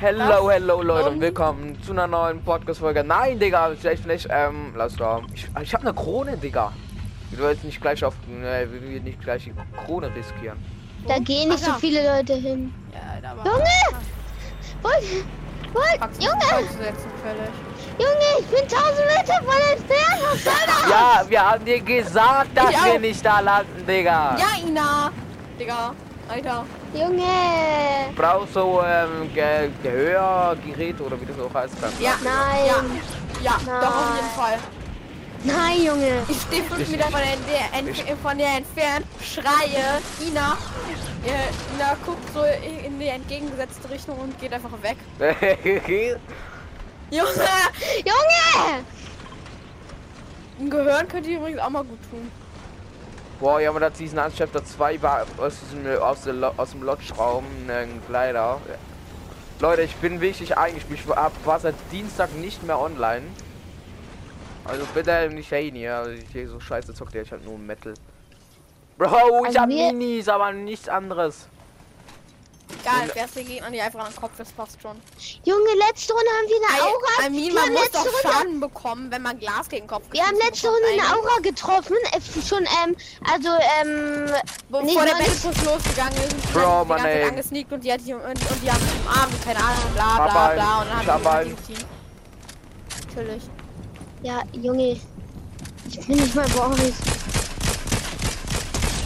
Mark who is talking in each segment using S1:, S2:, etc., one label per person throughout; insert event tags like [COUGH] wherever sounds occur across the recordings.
S1: Hello, hello Leute und willkommen zu einer neuen Podcast-Folge. Nein, Digga, vielleicht, vielleicht, ähm, lass da. Ich, ich hab eine Krone, Digga. Wir wollen jetzt nicht gleich auf, ne, wir wir nicht gleich die Krone riskieren.
S2: Da gehen nicht so viele Leute hin.
S3: Ja, da war
S2: Junge! Wollt, wollt,
S3: Axel,
S2: Junge!
S3: Aussetzen, völlig.
S2: Junge, ich bin 1000 Meter von entfernt. Was soll das?
S1: Ja, wir haben dir gesagt, dass
S3: Ich
S1: wir
S3: auch.
S1: nicht da landen, Digga.
S3: Ja, Ina! Digga, Alter.
S2: Junge!
S1: Brauchst du, ähm, Ge Gehörgerät oder wie das auch heißt. Kann. [LAUGHS]
S3: Ja,
S2: Nein.
S3: ja, ja,
S2: Nein.
S3: doch auf jeden Fall.
S2: Nein, Junge!
S3: Ich stehe fünf
S1: Ich-
S3: Meter von der, der,
S1: ich-
S3: ent, von der entfernt, schreie, Ina. Äh, Ina guckt so in in die entgegengesetzte Richtung und geht einfach weg. [LAUGHS] Junge,
S2: Junge!
S3: ein Gehirn könnt ihr übrigens auch mal gut tun.
S1: Boah, ja, aber da Season 1 Chapter 2 war aus diesem, aus, der Lo- aus dem Lodge-Raum ein Kleider. Leute, ich bin wirklich eingespielt. Ich war, war seit Dienstag nicht mehr online. Also bitte nicht haten hier. Also ich hier so scheiße zockt ihr. Ich hab nur Metal. Bro, ich
S2: Also
S1: hab
S2: wir-
S1: Minis, aber nichts anderes.
S3: Egal, wer wir gehen an die einfach an den Kopf, das passt schon.
S2: Junge, letzte Runde haben wir eine
S3: Ey,
S2: Aura.
S3: I mean,
S2: wir
S3: man
S2: haben
S3: muss
S2: letzte
S3: doch
S2: Runde,
S3: Schaden bekommen, wenn man Glas gegen den Kopf
S2: wir haben
S3: geschossen
S2: letzte
S3: bekommt,
S2: Runde eine
S3: eigentlich.
S2: Aura getroffen. Äh, schon, ähm, also, ähm, Nicht
S3: Bevor der
S2: mal-
S3: Battlepush losgegangen ist, sind die
S1: Bro,
S3: ganze- die
S1: Mann,
S3: ganze Zeit
S1: ey.
S3: angesneakt und die, hat die, und, und die haben im Arm, keine Ahnung, bla
S1: Hab
S3: bla
S1: einen.
S3: bla. Und
S1: Ich
S3: dann
S1: hab
S3: haben die
S1: einen.
S3: ganze Team. Natürlich.
S2: ja, Junge. Ich bin nicht mal Boris.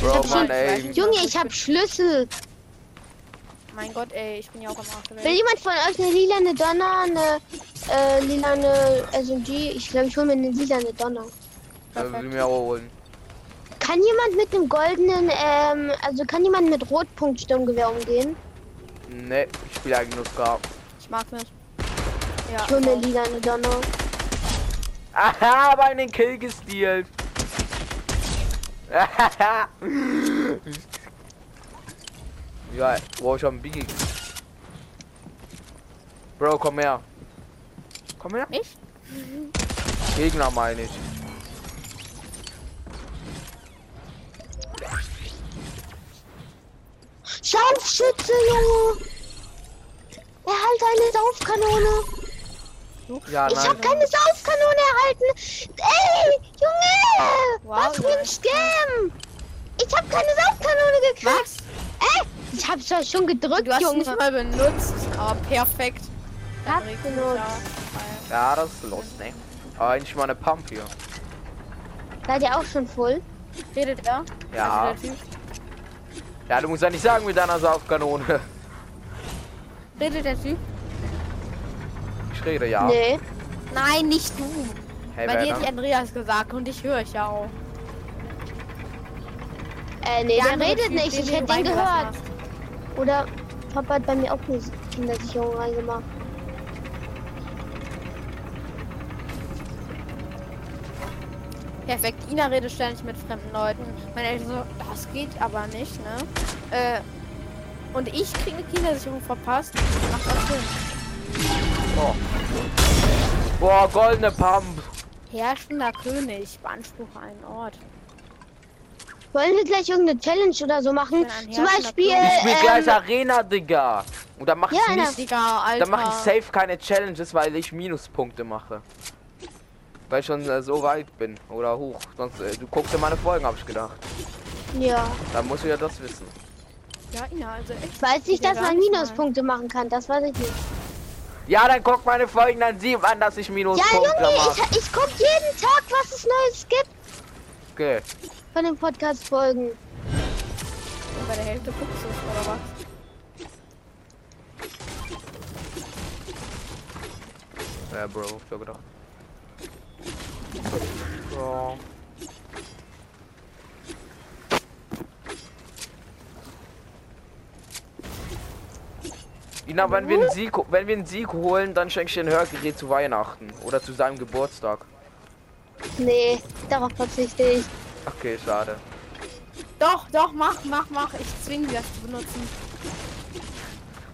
S1: Bro,
S2: hab
S1: Mann,
S2: schon-
S1: ey.
S2: Junge, ich hab Schlüssel.
S3: Mein Gott, ey, ich bin ja auch am Arsch. der
S2: Will
S3: Welt.
S2: jemand von euch eine lilane Donner, eine äh, lilane SMG? Ich glaube, ich hole mir eine lilane Donner.
S1: Äh, will mir auch holen.
S2: Kann jemand mit dem goldenen, ähm, also kann jemand mit Rotpunktsturmgewehr umgehen?
S1: Ne, ich spiele eigentlich nur Scar.
S3: Ich mag nicht. Ja. oh.
S2: Ich hole mir lilane Donner.
S1: Aha, hab einen Kill gestealt. [LAUGHS] ja, boah, ich hab einen Biggie. Bro, komm her. Komm her.
S3: Ich?
S1: Gegner meine ich.
S2: Scharfschütze, Junge! Erhalte eine Saufkanone!
S1: Ja,
S2: Ich
S1: nein.
S2: habe keine Saufkanone erhalten! Ey, Junge!
S3: Wow,
S2: Was für ein
S3: Leute.
S2: Scam! Ich habe keine Saufkanone gekriegt!
S3: Was?
S2: Ey, ich hab's ja schon gedrückt,
S3: Du hast ihn
S2: Junge!
S3: nicht mal benutzt, aber perfekt.
S2: Hab
S3: Dann regst du
S2: benutzt.
S3: dich auf.
S1: Ja, das ist los, ne? Eigentlich mal eine Pump hier.
S2: Seid ihr auch schon voll?
S3: Redet er?
S1: Ja.
S3: Also der typ.
S1: Ja, du musst ja nicht sagen mit deiner Saufkanone. [LAUGHS]
S3: Redet der Typ?
S1: Ich rede ja.
S2: Nee.
S3: Nein, nicht du.
S1: Hey,
S3: Bei dir
S1: wer
S3: hat die
S1: dann?
S3: Andreas gesagt und ich höre ich ja auch.
S2: Äh, nee, der,
S3: andere
S2: redet
S3: Typ,
S2: nicht. Ich
S3: du
S2: hätte ihn
S3: reingelassen
S2: gehört.
S3: hast.
S2: Oder Papa hat bei mir auch eine Kindersicherung reingemacht.
S3: Perfekt, Ina redet ständig mit fremden Leuten. Meine Eltern so, das geht aber nicht, ne? Äh, und ich kriege eine Kindersicherung verpasst. Macht das Sinn.
S1: Boah, goldene Pump.
S3: Herrschender König, beanspruche einen Ort.
S2: Wollen wir gleich irgendeine Challenge oder so machen?
S3: Ich bin ein
S2: Zum
S3: Herz-
S2: Beispiel.
S3: Ich
S1: Ich spiel gleich
S2: ähm,
S1: Arena, Digga. Und dann mach ich
S2: Ja,
S1: nicht
S2: einer.
S3: Digga, Alter.
S1: Dann mache ich safe keine Challenges, weil ich Minuspunkte mache. Weil ich schon äh, so weit bin oder hoch. Sonst, äh, du guckst ja meine Folgen, habe ich gedacht.
S2: ja.
S1: Dann musst du ja das wissen.
S3: Ja, Ina, also echt.
S2: Ich weiß nicht,
S3: Ja,
S2: dass
S3: gar
S2: man
S3: nicht
S2: Minuspunkte machen kann. Das weiß ich nicht.
S1: Ja, dann guck meine Folgen, dann sieh an, dass ich
S2: Ja,
S1: Minuspunkte
S2: Junge,
S1: mache.
S2: ich, ich guck jeden Tag, was es Neues gibt
S1: Okay.
S2: von den Podcast-Folgen.
S3: mal. Bei der Hälfte guckst du es, oder was?
S1: Ja, Bro, hab ich doch gedacht. Bro. Ina, wenn wir, einen Sieg, wenn wir einen Sieg holen, dann schenke ich dir ein Hörgerät zu Weihnachten oder zu seinem Geburtstag.
S2: Nee, darauf verzichte ich.
S1: Okay, schade.
S3: Doch, doch, mach, mach, mach. Ich zwinge sie das zu benutzen.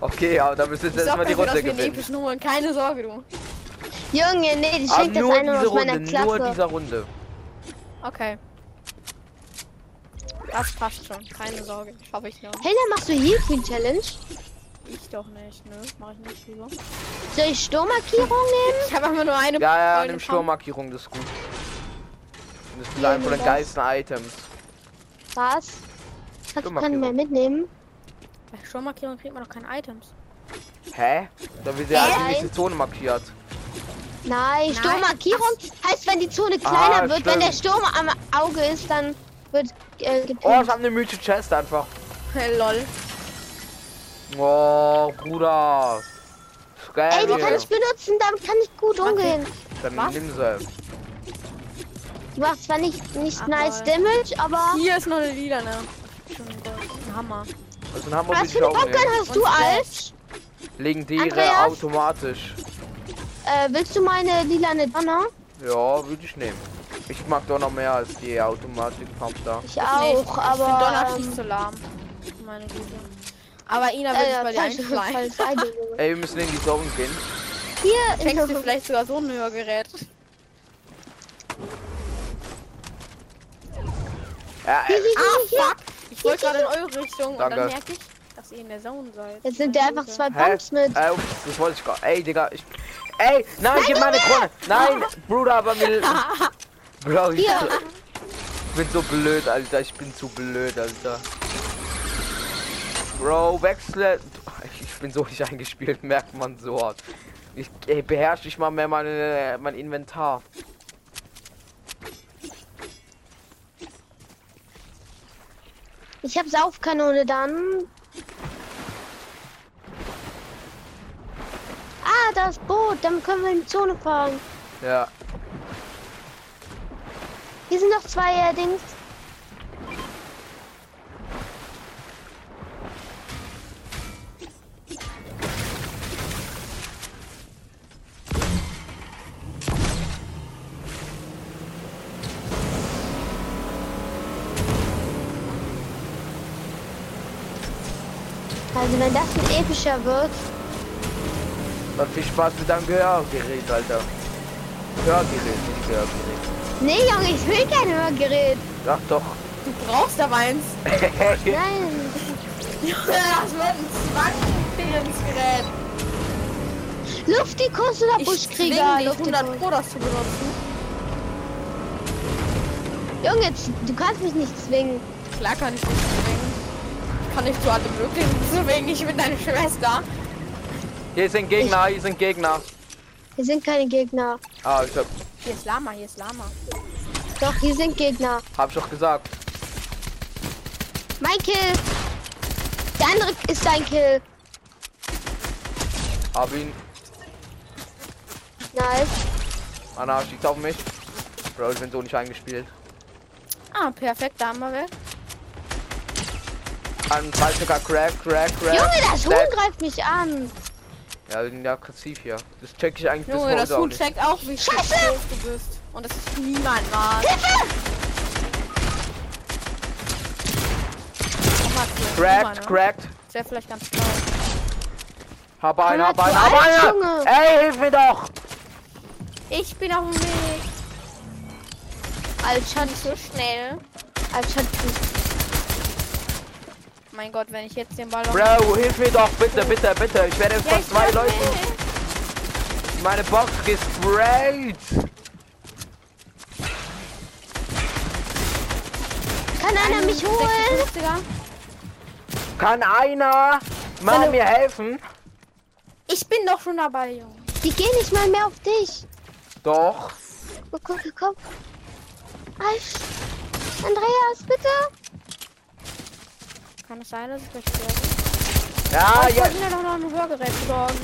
S1: Okay, aber da müsst ihr jetzt
S3: Ich sorg
S1: erstmal die
S3: dafür, dass
S1: Runde
S3: wir den
S1: gewinnen.
S3: epischen holen. Keine Sorge, du.
S2: Junge, nee, die
S1: Aber
S2: schenkt das
S1: Ah, nur
S2: einer
S1: diese
S2: aus meiner
S1: Runde, nur
S2: Klasse.
S1: dieser Runde.
S3: Okay. Das passt schon. Keine Sorge. Schaffe ich noch.
S2: Hey, dann machst du Heal Queen Challenge?
S3: Ich doch nicht, ne? Mach ich nicht lieber.
S2: Soll ich Sturmmarkierung nehmen?
S3: Ich habe einfach nur eine
S1: Ja, ja,
S3: goldene
S1: nimm
S3: Pump.
S1: Sturmmarkierung, das ist gut. Und Das ist
S2: Ja,
S1: einer von den
S2: nimm das.
S1: geilsten Items.
S2: Was? Kannst du keine
S1: Sturmmarkierung.
S2: mehr mitnehmen?
S3: Bei Sturmmarkierung kriegt man doch keine Items.
S1: Hä? Da wird ja
S2: Hä?
S1: die nächste Zone markiert.
S2: Nein,
S3: Nein.
S2: Sturmmarkierung heißt, wenn die Zone kleiner
S1: Ah,
S2: wird, wenn der
S1: stimmt.
S2: Sturm am Auge ist, dann wird äh, gepinkt.
S1: Oh, ich hab eine mythische Chest einfach.
S3: Hey, lol.
S1: Oh, Bruder. Das ist geil
S2: Ey, die
S1: hier.
S2: kann ich benutzen, damit kann ich gut umgehen.
S1: Dann
S3: Was?
S1: nimm sie.
S2: Die macht zwar nicht, nicht
S3: Ach,
S2: nice
S3: lol.
S2: Damage, aber...
S3: Hier ist noch eine lila, ne? Ah. Schon ein Hammer.
S1: Also dann haben wir
S2: Was für eine Pumpgun hast du
S3: Und
S2: als?
S1: Legendäre
S2: Andreas?
S1: automatisch.
S2: Äh, willst du meine lilane Donner?
S1: Ja, würde ich nehmen. Ich mag doch noch mehr als die Automatik-Pump da.
S2: Ich auch, aber...
S3: Donner
S2: ähm,
S3: schießt so lahm. Meine Güte. Aber Ina
S2: äh,
S3: will ich bei dir
S2: falsch, falsch,
S3: [LAUGHS] einschleichen.
S2: falsch, falsch.
S1: Ey, wir müssen in die Zone gehen.
S2: Hier,
S3: Fängst du vielleicht sogar so ein Hörgerät.
S1: Ja, äh,
S3: Ah, fuck! Ich wollte gerade in eure Richtung und dann
S1: Danke.
S3: merke ich, dass ihr in der Zone seid.
S2: Jetzt sind ja einfach
S3: Meine Güte.
S2: zwei
S1: hä?
S2: Pumps mit.
S1: Äh, ups, das wollte ich gar Ey, Digga, ich... Ey, nein, gib meine Krone. Nein, Bruder, aber
S2: [LAUGHS]
S1: mir... Bro, ich,
S2: Hier.
S1: ich bin so blöd, Alter. Ich bin zu blöd, Alter. Bro, wechsle... Ich bin so nicht eingespielt, [LAUGHS] merkt man so hart. Ich ey, beherrsche ich mal mehr meine, mein Inventar.
S2: Ich hab Saufkanone dann. Ah, das Boot. Dann können wir in die Zone fahren.
S1: Ja.
S2: Hier sind noch zwei äh, Dings. Also wenn das ein epischer wird,
S1: Dann viel Spaß mit deinem Gehörgerät, Alter. Hörgerät, nicht Gehörgerät.
S2: nee Junge, ich will kein Hörgerät.
S1: Sag doch.
S3: Du brauchst
S1: [LAUGHS]
S3: aber eins.
S2: Nein,
S3: das wird ein Zwangsfähigungsgerät.
S2: Luftikus oder
S3: Ich kriege
S2: Buschkrieger?
S3: dich 100
S2: Luftikus.
S3: Pro, das zu benutzen.
S2: Junge, jetzt- du kannst mich nicht zwingen.
S3: Klar kann ich dich zwingen. Ich kann nicht zu alle möglichen [LAUGHS] zwingen. Ich bin deine Schwester.
S1: Hier sind Gegner, hier sind Gegner.
S2: Hier sind keine Gegner.
S1: Ah, ich hab,
S3: Hier ist Lama, hier ist Lama.
S2: Doch, hier sind Gegner.
S1: hab ich doch gesagt.
S2: Mein Kill. Der andere ist dein Kill.
S1: Hab ihn.
S2: Nice.
S1: Anna schießt auf mich. Bro, ich bin so nicht eingespielt.
S3: Ah, perfekt, da haben wir weg.
S1: Ein 30er Crack, Crack, Crack.
S2: Junge, das Huhn
S1: Crack.
S2: greift mich an.
S1: Ja, wir sind ja aggressiv hier. Das check ich eigentlich
S3: Junge, das
S1: bis heute auch
S3: Huhn
S1: nicht.
S3: checkt auch, wie
S2: Scheiße!
S3: doof du bist. Und das ist niemand, Mann.
S2: Hilfe!
S3: Guck mal, das ist niemand,
S1: Cracked,
S3: ne?
S1: cracked.
S3: Das wäre vielleicht ganz klar.
S1: Hab einen,
S2: Komm
S1: hab
S2: mal
S1: einen,
S2: zu
S1: hab
S2: alt,
S1: einen.
S2: Junge.
S1: Ey, hilf mir doch.
S3: Ich bin auf dem Weg. Alter, nicht so schnell.
S2: Alter, du-
S3: Mein Gott, wenn ich jetzt den Ball...
S1: Bro, hilf mir doch. Bitte, bitte, bitte. Ich werde
S3: Ja,
S1: von
S3: ich
S1: zwei
S3: weiß
S1: Leuten.
S3: nicht.
S1: Meine Box gesprayt.
S2: Kann einer mich holen?
S3: 56er.
S1: Kann einer mal
S3: Hallo.
S1: mir helfen?
S3: Ich bin doch schon dabei, Junge.
S2: Die gehen nicht mal mehr auf dich.
S1: Doch.
S2: Guck, guck, guck, guck. Alter. Andreas, bitte.
S3: Kann es sein, dass ich gleich sterbe?
S1: Ah, Ja,
S3: Oh, ich
S1: jetzt.
S3: wollte mir doch noch ein Hörgerät besorgen.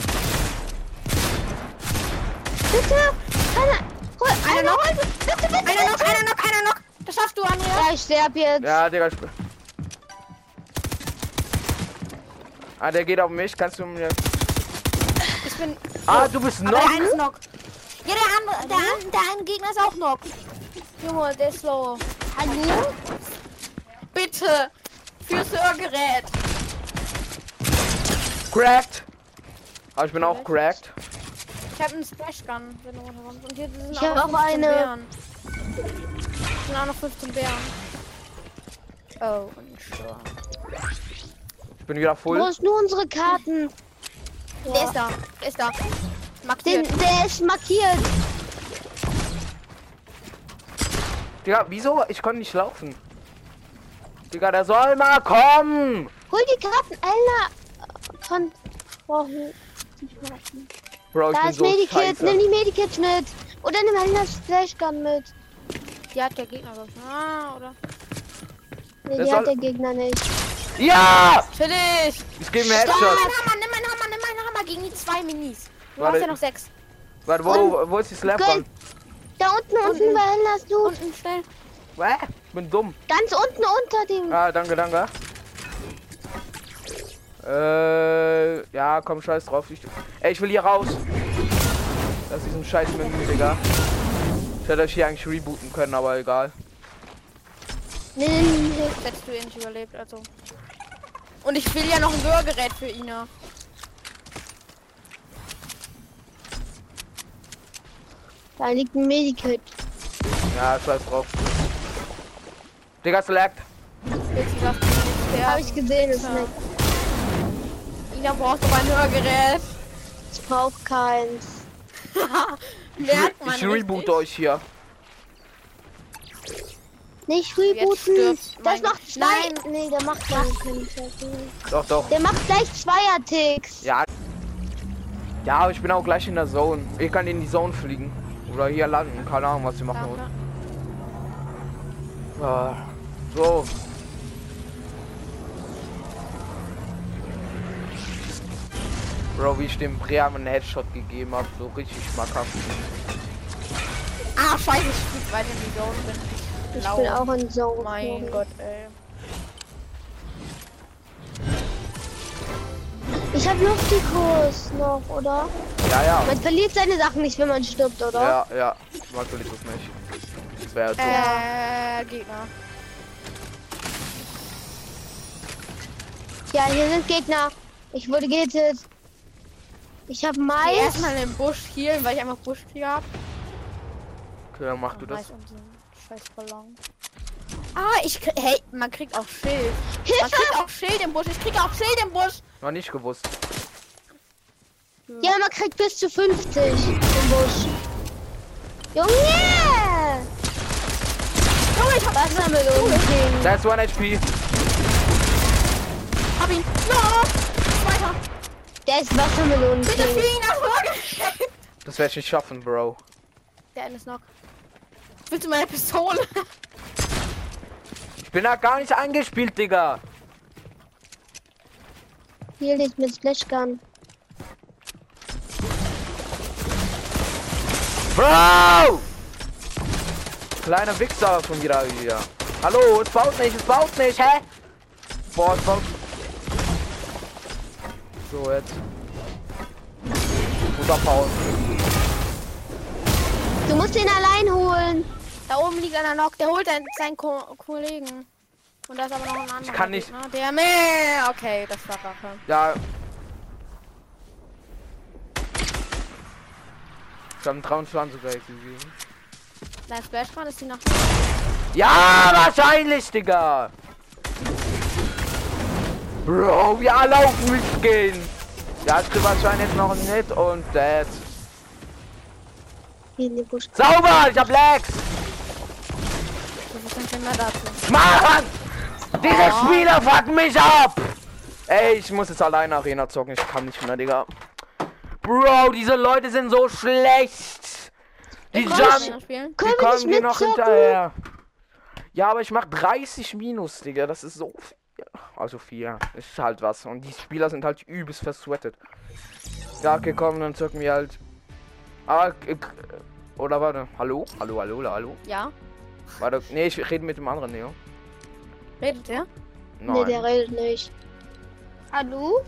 S2: Bitte. Kann er. Hol,
S3: Einer
S2: einer,
S3: noch?
S2: hol. Bitte, bitte, bitte.
S3: Einer noch, einer noch, einer noch. Das schaffst du, Andrea.
S2: Ja, ich sterb jetzt.
S1: Ja, Digga, ich. Ah, der geht auf mich. Kannst du mir.
S3: Ich bin...
S1: Ah, du bist
S3: Aber
S1: noch.
S3: der eine ist knock. Ja, der andere, der, an- der andere Gegner ist auch knock. Junge, der ist slow.
S2: Hallo?
S3: Bitte. Fürs Hörgerät.
S1: Cracked. Aber Ah, ich bin auch cracked.
S3: Ich habe einen Splash-Gun, wenn du runterkommst. Und hier sind
S2: Ich
S3: auch
S2: hab
S3: noch
S2: auch
S3: 15
S2: eine.
S3: Bären. Hier sind auch noch 15 Bären. Oh, und schon.
S1: Ich bin wieder
S2: Wo
S1: voll.
S2: ist nur unsere Karten?
S3: Der ist da. Der ist da.
S2: Den,
S3: Markiert.
S2: der ist markiert.
S1: Digga, wieso? Ich konnte nicht laufen. Digga, der soll mal kommen!
S2: Hol die Karten, Ella. Von. Boah, hol die Karten.
S1: Bro, ich
S2: Da
S1: bin
S2: ist
S1: so
S2: Medikit.
S1: scheiße.
S2: Nimm die Medikit mit. Oder nimm Ellas Flashgun mit.
S3: Die hat der Gegner drauf. Ah, oder?
S2: Nee,
S1: Das
S2: die
S1: soll-
S2: hat der Gegner nicht.
S1: Ja!
S3: Chillig!
S1: Ich gebe mir
S3: Nimm meinen
S1: Headshot.
S3: Hammer, nimm meinen Hammer, nimm meinen Hammer gegen die zwei Minis. Du
S1: Warte.
S3: hast ja noch sechs.
S1: Warte, wo, wo ist die Slap
S2: Gold. Da unten, unten bei Hellas du.
S3: Unten schnell.
S1: Hä? Ich bin dumm.
S2: Ganz unten unter dem.
S1: Ah, danke, danke. Äh, ja, komm, scheiß drauf. Ich, ey, ich will hier raus. Das ist ein scheiß Menü, Digga. Ich hätte euch hier eigentlich rebooten können, aber egal.
S2: Nee, nee, nee.
S3: Hättest du ihn nicht überlebt, also. Und ich will ja noch ein Rührgerät für Ina.
S2: Da liegt ein Medikit.
S1: Ja, scheiß drauf. Digga, select.
S3: Willst du das nicht sterben?
S2: Habe ich gesehen, ist
S3: Ja.
S2: nicht.
S3: Ina braucht doch ein Hörgerät.
S2: Ich brauche keins.
S3: Merkt man
S1: Ich reboot
S3: richtig.
S1: euch hier.
S2: Nicht
S3: Jetzt
S2: rebooten.
S3: stirbst
S2: Das
S3: mein-
S2: macht zwei.
S3: Nein.
S2: Nee, der macht gar nicht.
S1: Doch, doch.
S2: Der macht gleich Zweier-Ticks.
S1: Ja. Ja, aber ich bin auch gleich in der Zone. Ich kann in die Zone fliegen. Oder hier landen. Keine Ahnung, was wir machen.
S3: Danke.
S1: Ah, so. Bro, wie ich dem Bremen einen Headshot gegeben habe, so richtig schmackhaft.
S3: Ah, scheiße, ich flieg weiter in die Zone. Bin ich
S2: Ich
S3: blau.
S2: bin auch in so.
S3: mein Gott, ey.
S2: Ich habe Luftikus noch, oder?
S1: Ja, ja.
S2: Man verliert seine Sachen nicht, wenn man stirbt, oder?
S1: Ja, ja. Natürlich das nicht. Das wäre so.
S3: Äh, Gegner.
S2: Ja, hier sind Gegner. Ich wurde gehittet. Ich habe
S3: Geh
S2: Mais.
S3: erstmal in den Busch healen, weil ich einfach Busch hier hab.
S1: Okay, dann mach du das.
S3: Mais und so einen Scheiß Ballon. Ah, ich krieg. Hey, man kriegt auch Schild. Man
S2: Hilfe!
S3: kriegt auch Schild im Busch. Ich krieg auch Schild im Busch.
S1: Noch nicht gewusst.
S2: Ja, man kriegt bis zu 50 im Busch. Junge!
S3: Junge, ich hab,
S2: Wassermelone kriegen.
S1: Da ist one HP.
S3: hab ihn. No! Weiter.
S2: Der ist Wassermelone
S3: Bitte für
S2: kriegen.
S3: ihn Erfolge.
S1: Das werde ich nicht schaffen, Bro.
S3: [LAUGHS] Der eine ist noch. Willst du meine Pistole?
S2: [LAUGHS]
S1: Ich bin da gar nicht eingespielt, Digga.
S2: Hier liegt mit Flashgun.
S1: Bro! Kleiner Wichser schon wieder hier. Hallo, es baut nicht, es baut nicht, hä? Boah, es baut. So, jetzt. Guter Paul.
S2: Du musst ihn allein holen.
S3: Da oben liegt einer noch. Der holt einen, seinen Ko Kollegen. Und da ist aber noch ein anderer.
S1: Ich kann nicht.
S3: Gegner, Ah, Der mehr. Okay, das war Rache.
S1: Ja. Ich hab einen 23 gesehen.
S3: Dein Splashcard ist die noch.
S1: Ja, wahrscheinlich, Digga. Bro, ja, laufen mitgehen. Ja, ich krieg wahrscheinlich noch einen Hit und that's
S2: Hier in den Busch.
S1: Sauber, ich hab Lags.
S3: Das ist nicht mehr dazu.
S1: Mann! Dieser
S3: Oh.
S1: Spieler fuckt mich ab! Ey, ich muss jetzt alleine Arena zocken, ich kann nicht mehr, Digga. Bro, diese Leute sind so schlecht! Die
S3: Ich kann
S1: jumpen,
S3: nicht spielen.
S1: die
S2: Können wir
S1: kommen
S2: nicht
S1: mir noch
S2: mitzocken?
S1: hinterher. Ja, aber ich mach 30 Minus, Digga, das ist so viel. Also vier, ist halt was. Und die Spieler sind halt übelst versweatet. Ja, okay, komm, dann zocken wir halt. Ah, äh, oder warte, hallo? Hallo, hallo, hallo?
S3: Ja.
S1: Warte, nee, ich rede mit dem anderen, Neo.
S3: Redet der?
S1: Nein.
S2: Nee, der redet nicht.
S3: Hallo?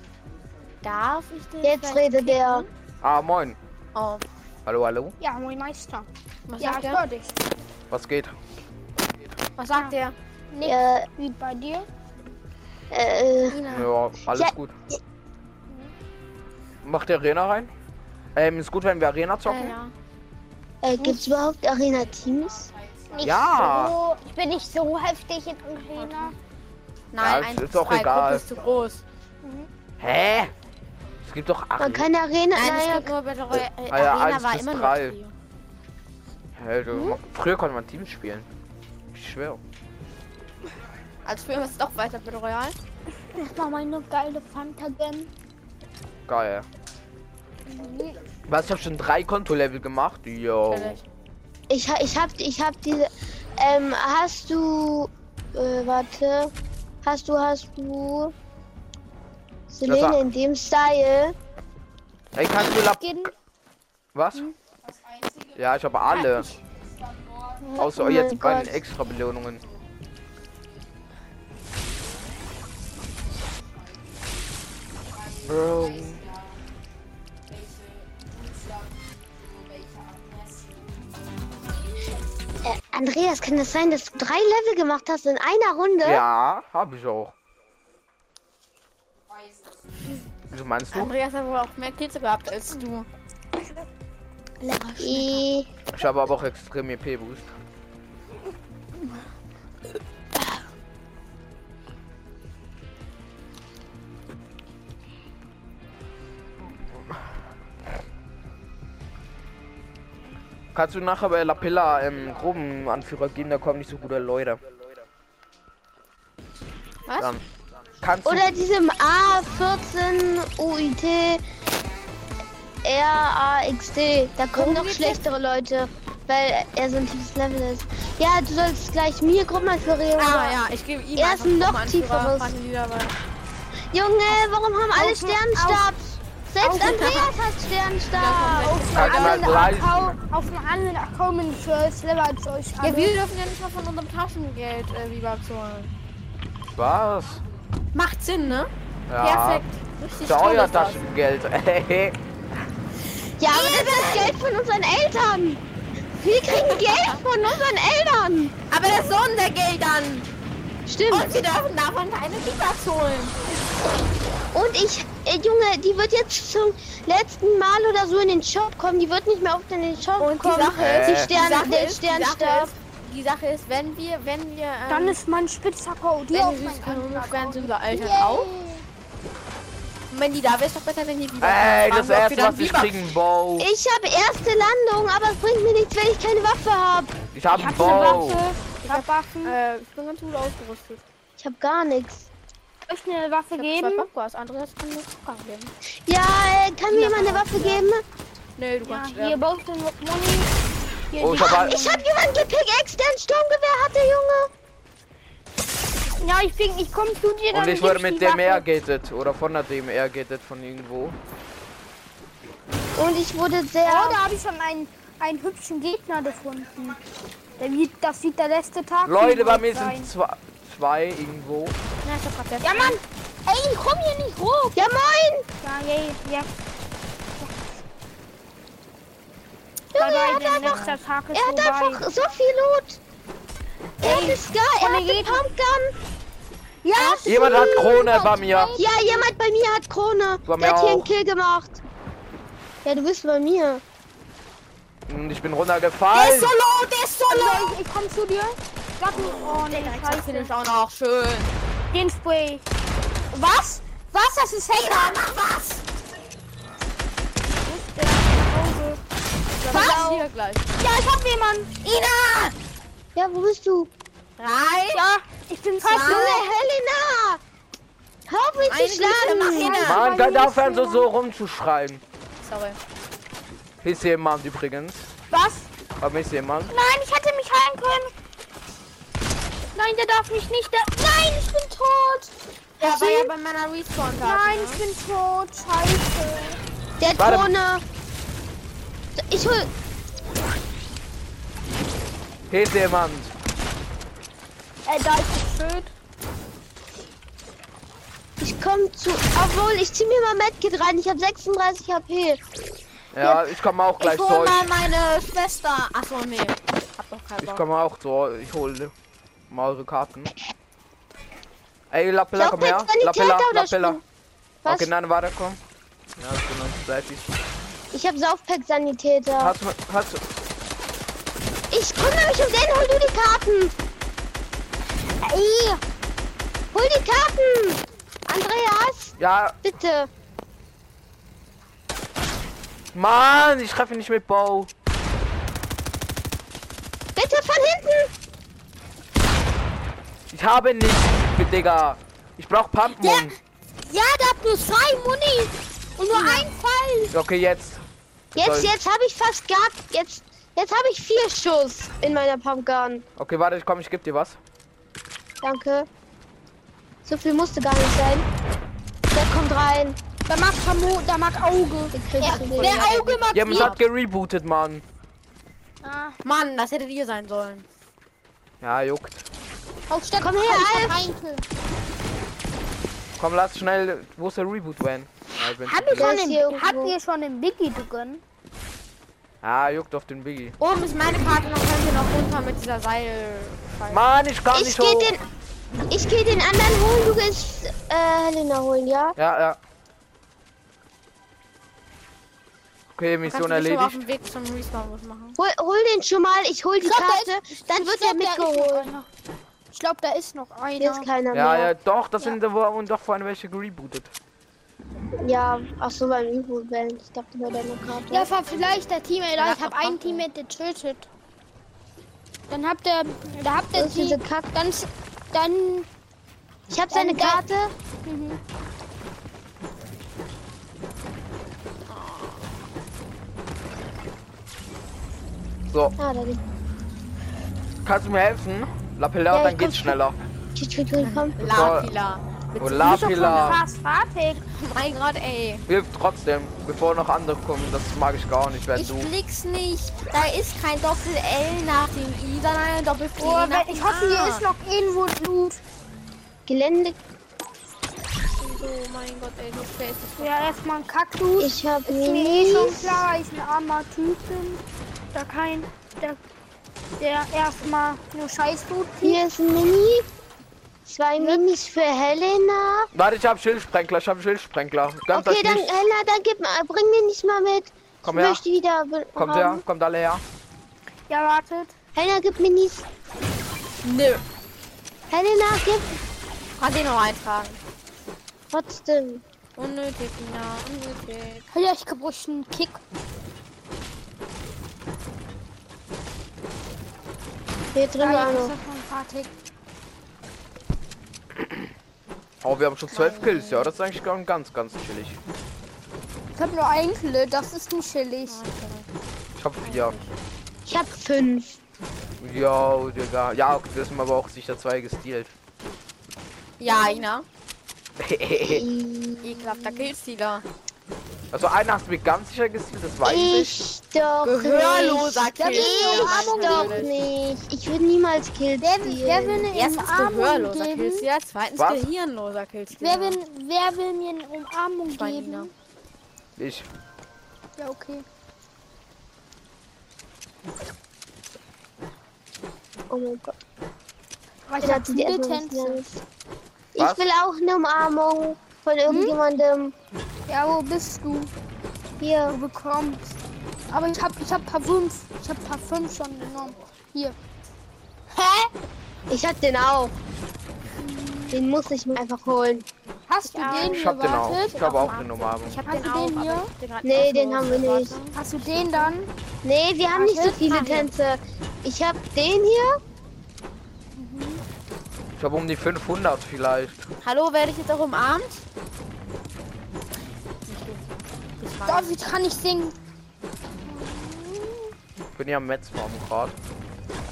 S3: Darf ich den?
S2: Jetzt
S3: vielleicht-
S2: redet der.
S1: Ah, moin.
S3: Oh.
S1: Hallo, hallo.
S4: Ja, moin Meister.
S3: Was
S4: ja,
S3: sagt
S4: ich
S3: der?
S4: höre dich.
S1: Was geht?
S3: Was sagt der?
S4: Nicht
S2: Äh,
S4: wie bei dir.
S2: äh,
S1: Ja, alles
S2: Ja.
S1: gut. Macht ihr Arena rein? Ähm, ist gut, wenn wir Arena
S3: Äh,
S1: zocken?
S3: ja.
S2: äh, gibt's überhaupt Arena-Teams? Äh,
S4: Nicht
S1: Ja.
S4: So, ich bin nicht so heftig in Arena.
S3: Nein,
S1: Ja,
S3: ein,
S1: ist auch
S3: zwei,
S1: egal.
S3: Gruppe ist zu groß.
S1: Hä? Es gibt doch
S2: Man
S1: acht.
S2: kann Arena,
S3: Nein, es
S2: naja,
S3: gibt nur Battle Royale. Äh,
S1: Ah ja,
S3: Arena
S1: eins
S3: war
S1: bis
S3: immer nur
S1: drei.
S3: Trio.
S1: Hä, du, Also, Früher konnte man Teams spielen. Ich schwöre.
S3: Also spielen wir es doch weiter Battle Royale.
S4: Das war meine geile Fanta Gen.
S1: Geil. Was? Ich habe schon drei Kontolevel gemacht. Yo.
S3: Vielleicht.
S2: ich, ha- ich hab, ich hab diese, ähm, hast du, äh, warte, hast du, hast du, Selene
S1: war-
S2: in dem Style,
S1: Ey, kannst du Lab
S4: Gen.
S1: Was? Ja, ich habe alle. Außer
S2: Oh
S1: jetzt
S2: mein
S1: bei den
S2: Gott.
S1: extra Belohnungen. Bro.
S2: äh, Andreas, kann das sein, dass du drei Level gemacht hast in einer Runde?
S1: Ja, habe ich auch. Wieso meinst du?
S3: Andreas hat wohl auch mehr Kills gehabt als du.
S2: Eh,
S1: Ich habe aber auch extrem E EP-Boost. Kannst du nachher bei Lapilla im Gruppenanführer gehen, da kommen nicht so gute Leute.
S3: Was?
S1: Dann kannst du
S2: Oder diesem A14 UIT RAXD. Da kommen noch schlechtere Leute, weil er so ein tiefes Level ist. Ja, du sollst gleich mir Gruppenanführer
S3: Ah ja, ich gebe ihm
S2: Er
S3: einfach
S2: ist ein
S3: noch
S2: noch
S3: mal einen Führer,
S2: tieferes.
S3: Fanny wieder rein.
S2: Junge, warum haben alle
S3: Auf-
S2: Sternenstabs? Selbst
S4: auf-
S2: Andreas hat Sternstab.
S4: Auf
S1: Kannst du
S4: einem
S1: mal
S4: anderen
S1: leisten.
S4: Account, auf einem anderen Account bin ich äh, schneller als euch.
S3: Ja,
S4: alle.
S3: wir dürfen ja nicht mal von unserem Taschengeld äh, V-Bucks holen.
S1: was?
S3: Macht Sinn, ne?
S1: Ja.
S3: Perfekt. Richtig
S1: Ist ja euer
S3: tolles Haus.
S1: Taschengeld. [LAUGHS]
S2: Ja, aber das ist Geld von unseren Eltern. Wir kriegen Geld von unseren Eltern.
S3: Aber das Sondergeld dann! Und
S2: Stimmt.
S3: wir dürfen davon keine V-Bucks holen.
S2: Und ich, äh, Junge, die wird jetzt zum letzten Mal oder so in den Shop kommen. Die wird nicht mehr oft in den Shop
S3: Und die
S2: kommen.
S1: ist-
S3: Sache
S2: die
S1: die
S2: Stern,
S3: die Sache
S2: der
S3: ist, die Sache
S2: Sternstab.
S3: ist- Die Sache ist, wenn wir, wenn wir, ähm,
S4: Dann ist mein Spitzhacker die
S3: wenn
S4: auf
S3: wir
S4: meinen
S3: Süßkanonen
S4: anderen
S3: werden,
S4: Account.
S3: sind wir Eltern auch. Und wenn die da wäre, ist doch besser, wenn die V-Bucks
S1: Ey, Äh, das
S3: fragen, ob wir
S1: erste,
S3: dann
S1: was ich
S3: V-Bucks
S1: kriegen, Bow.
S2: Ich habe erste Landung, aber es bringt mir nichts, wenn ich keine Waffe habe.
S1: Ich habe
S4: Ich
S1: einen
S4: hab eine
S1: Bow.
S4: Waffe. Ich hab Waffen.
S3: Äh, ich bin ganz gut ausgerüstet.
S2: Ich habe gar nichts.
S4: Soll ich eine Waffe
S3: Ich hab zwei
S4: geben?
S3: Popcorns, Andreas kann mir Popcorn geben.
S2: Ja, äh, kann mir jemand eine Waffe geben?
S3: Nee, du
S4: Ja,
S3: kannst
S4: hier
S3: sterben.
S4: baut den Rock Money. Hier
S1: Oh,
S4: die-
S1: ich hab-
S2: Ich habe jemanden gepickaxed, der ein Sturmgewehr hatte, Junge.
S4: Ja, ich bin, ich komm zu dir.
S1: Und
S4: dann
S1: ich wurde
S4: geb die
S1: mit dem
S4: Waffe.
S1: ergated oder von der DMR gated von irgendwo.
S2: Und ich wurde
S4: Oh,
S2: sehr...
S4: da habe ich schon einen, einen hübschen Gegner gefunden. Der wird, das wird der letzte Tag.
S1: Leute, bei
S4: gewesen
S1: mir
S4: sein.
S1: sind zwei, zwei irgendwo.
S3: Na, ich hab grad
S4: Ja, Mann! Ey, ich komm hier nicht hoch!
S2: Ja, moin.
S4: Ja, yay, ja.
S2: Junge,
S4: Bye,
S2: er
S4: bye,
S2: hat
S4: der
S2: einfach-
S4: letzte Tag ist
S2: Er hat einfach
S4: vorbei.
S2: so viel Loot. Er hat eine Scar, er hat
S4: Ohne
S2: eine
S4: jeden-
S2: Pumpgun.
S4: Ja,
S1: Jemand hat Krone bei mir.
S2: Ja, jemand bei mir hat Krone.
S1: Bei mir
S2: Der hat hier
S1: auch.
S2: einen Kill gemacht. Ja, du bist bei mir.
S1: Und ich bin
S3: Der ist
S1: runtergefallen.
S3: so low, der ist so low!
S4: ich, ich komm zu dir. Sag mir, oh nee,
S3: Das finde
S4: scheiße.
S3: ich auch noch schön.
S4: Den Spray. Was? Was? Das ist Hacker.
S3: was?
S4: Was?
S3: Was? Hier gleich.
S4: Ja, ich hab jemanden.
S3: Ina!
S2: Ja, wo bist du?
S3: Drei!
S4: Ja, ich bin
S2: Junge,
S4: fast.
S2: Helena! Hör auf mich
S3: Eine
S2: zu
S3: Güte, mach hin.
S2: schlagen!
S1: Mann, kann aufhören, so, so rumzuschreien.
S3: Sorry.
S1: Hier ist jemand übrigens.
S4: Was?
S1: Bei mir ist jemand.
S4: Nein, ich hätte mich heilen können. Nein, der darf mich nicht. Der Nein, ich bin tot.
S3: Der war ja
S4: Sieh?
S3: bei meiner respawn
S4: Nein, ich bin tot. Scheiße.
S2: Der hat
S1: Warte.
S2: Krone! Ich hol.
S1: Hier ist jemand.
S4: Äh, da ist ein Schild.
S2: Ich komm zu. Obwohl, ich zieh mir mal Medkit rein. Ich habe 36 HP.
S1: Ja, ich komme auch gleich
S3: Ich
S1: zu
S3: hol
S1: euch.
S3: mal meine Schwester. Achso, nee. Hab doch keinen
S1: Ich
S3: Bock.
S1: komme auch zu euch. Ich hole mal eure Karten. Ey, Lapilla,
S2: Glaub
S1: komm
S2: mir,
S1: her.
S2: jetzt kann ich
S1: Lapilla,
S2: Täter oder
S1: Lapilla.
S2: spielen. Was?
S1: Okay, nein, warte, komm. Ja, ich bin uns fleißig.
S2: Ich habe Saufpack-Sanitäter.
S1: Hast du, hast du,
S2: Ich kümmere mich um den. Hol du die Karten. Ey. Hol die Karten. Andreas.
S1: Ja,
S2: Bitte.
S1: Mann, ich treffe nicht mit Bow.
S2: Bitte von hinten.
S1: Ich habe nicht, Digga. Ich brauch Pumpmon.
S4: Ja, der hat nur zwei Muni und nur ein Fall.
S1: Okay, jetzt.
S2: Jetzt,
S1: Soll-
S2: jetzt habe ich fast gar... Jetzt, jetzt habe ich vier Schuss in meiner Pumpgun.
S1: Okay, warte, ich komm, ich geb dir was.
S2: Danke. So viel musste gar nicht sein. Der kommt rein.
S4: Der mag Famo, der mag Auge.
S2: Den kriegst
S4: Der,
S2: du
S4: der
S2: nicht.
S4: Auge mag
S1: Ja, man
S4: ihn.
S1: hat gerebootet, Mann.
S4: Ah,
S3: Mann, das hättet ihr sein sollen.
S1: Ja, juckt.
S4: auf Stadt
S2: Komm her, Alf.
S1: Komm, lass schnell. Wo ist der Reboot-Van? Ja, ich bin's.
S4: Haben wir,
S2: Der
S4: schon
S2: ist
S4: den,
S2: hier irgendwo.
S4: haben wir schon den Biggie gegönnt?
S1: Ah, juckt auf den Biggie.
S3: Oben ist meine Karte, dann könnt ihr noch runter mit dieser Seil.
S1: Mann, ich kann
S2: Ich
S1: nicht
S2: gehe
S1: hoch.
S2: den... Ich gehe den anderen holen. Du gehst äh, Helena holen, ja?
S1: Ja, ja. Okay,
S3: Kannst
S1: Mission
S3: du dich schon mal auf
S1: erledigt.
S3: dem Weg zum Respawn was machen?
S2: Hol, hol den schon mal. Ich hol die
S4: Ich glaub, da
S2: Karte. Dann wird er mitgeholt.
S4: Ich glaube, da ist noch
S2: Hier ist
S4: einer.
S2: keiner
S1: Ja, ja,
S2: mehr.
S1: doch, das sind da wurden doch vorhin welche gerebootet.
S2: Ja, ach so, beim Übungswellen. Ich dachte, nur deine Karte.
S4: Ja, war vielleicht der Teammate.
S3: Ja,
S4: ich habe einen Teammate getötet. Dann habt ihr, da habt ihr
S2: Das ist diese
S4: die,
S2: Kack.
S4: dann, dann,
S2: Ich habe seine
S4: Ähm, da-
S2: Karte.
S4: mhm.
S1: So,
S2: Ah, da geht's.
S1: kannst du mir helfen? Lapilla,
S2: Ja,
S1: dann
S2: ich
S1: geht's
S2: komm-
S1: schneller.
S2: Tschüss, tschüss, tschüss, komm.
S3: Lapila.
S1: Oh,
S4: Ist doch schon
S1: Lapilla.
S4: fast fertig.
S3: Mein Gott, ey.
S1: Hilft trotzdem, bevor noch andere kommen. Das mag ich gar nicht, wenn
S3: Ich
S1: du.
S3: blick's nicht. Da ist kein Doppel-L nach dem I, sondern ein Doppel-P
S4: Oh,
S3: nach
S4: ich
S3: dem
S4: hoffe,
S3: A.
S4: hier ist noch irgendwo Loot.
S2: Gelände.
S3: Oh mein Gott, ey, so schwer ist das.
S4: Ja, erstmal ein Kaktus.
S2: Ich habe
S4: Ist mir eh schon
S2: Minis.
S4: klar, weil ich ein armer Typ bin. Da kein, der, der erstmal nur scheiß Loot zieht.
S2: Hier ist ein Mini. Zwei Minis für Helena.
S1: Warte, ich hab Schildsprenkler, ich hab Schildsprenkler. Ganz
S2: Okay,
S1: euch
S2: dann äh,
S1: nicht.
S2: Helena, dann gib mal, bring mir nicht mal mit.
S1: Komm
S2: ich
S1: her.
S2: möchte wieder. be-
S1: Kommt her,
S2: haben.
S1: kommt alle her.
S4: Ja, wartet.
S2: Helena, gib Minis.
S3: Nö.
S2: Helena, gib
S3: Kannst du noch eintragen.
S2: trotzdem.
S3: Unnötig, Nina, unnötig.
S4: Ja, ich glaube, ich einen Kick.
S2: Hier drin
S4: Ja,
S2: war
S4: jetzt ist
S2: noch.
S4: er schon fertig.
S1: Oh, wir haben schon 12 Kills, ja. Das ist eigentlich ganz, ganz, ganz chillig.
S4: Ich habe nur einzelne, das ist nicht chillig.
S1: Ich hab vier.
S2: Ich hab fünf.
S1: Yo, Digga. Ja, okay, das ist mir aber auch sicher zwei gestealt.
S3: Ja, Ina.
S2: Ich,
S3: [LAUGHS] Ekelhafter Killstealer.
S1: also einen hast du mir ganz sicher gestealt, das weiß ich.
S2: ich
S3: [LAUGHS]
S2: doch
S3: Gehörloser
S2: nicht. Ich
S3: Killstealer.
S2: doch nicht. Ich würde niemals Kill
S4: Wer, wer will
S2: stealen.
S4: mir eine
S3: Erstens
S4: Umarmung
S3: gehörloser
S4: geben?
S3: Killstealer, zweitens
S1: Was?
S3: gehirnloser Killstealer.
S4: Wer will, wer will mir eine Umarmung
S3: Ich meine, Ina.
S4: geben?
S1: Ich.
S4: Ja, okay.
S2: Oh mein Gott.
S4: Aber
S2: Dann
S4: ich habe
S2: hat sie die
S4: viele
S2: erstmal was
S4: Tänze.
S2: Neues.
S1: Was?
S2: Ich will auch eine Umarmung von irgendjemandem.
S4: Ja, wo bist du?
S2: Hier.
S4: Du bekommst. Aber ich hab, ich hab paar fünf. Ich hab paar fünf schon genommen. Hier. Hä?
S2: Ich hab den auch. Den muss ich mir einfach holen.
S4: Hast du
S3: Ich auch.
S4: den
S1: Ich hab den auch.
S4: gewartet?
S1: Ich habe
S3: Auf
S1: auch
S3: dem
S1: eine
S3: Arm.
S1: Umarmung.
S3: Ich hab
S4: Hast
S3: den
S4: du
S3: auch,
S4: den
S3: aber
S4: hier?
S3: ich bin grad
S2: Nee, den
S3: aufgelost.
S2: haben wir nicht.
S3: Warte.
S4: Hast du den dann?
S2: Nee, wir haben nicht so
S4: Warte.
S2: viele
S4: Ah, hier.
S2: Tänze. Ich hab den hier.
S1: Ich habe um die 500 vielleicht.
S3: Hallo, werde ich jetzt auch umarmt? Ich mag-
S4: David kann ich singen.
S1: Bin ja am Metzbaum gerade.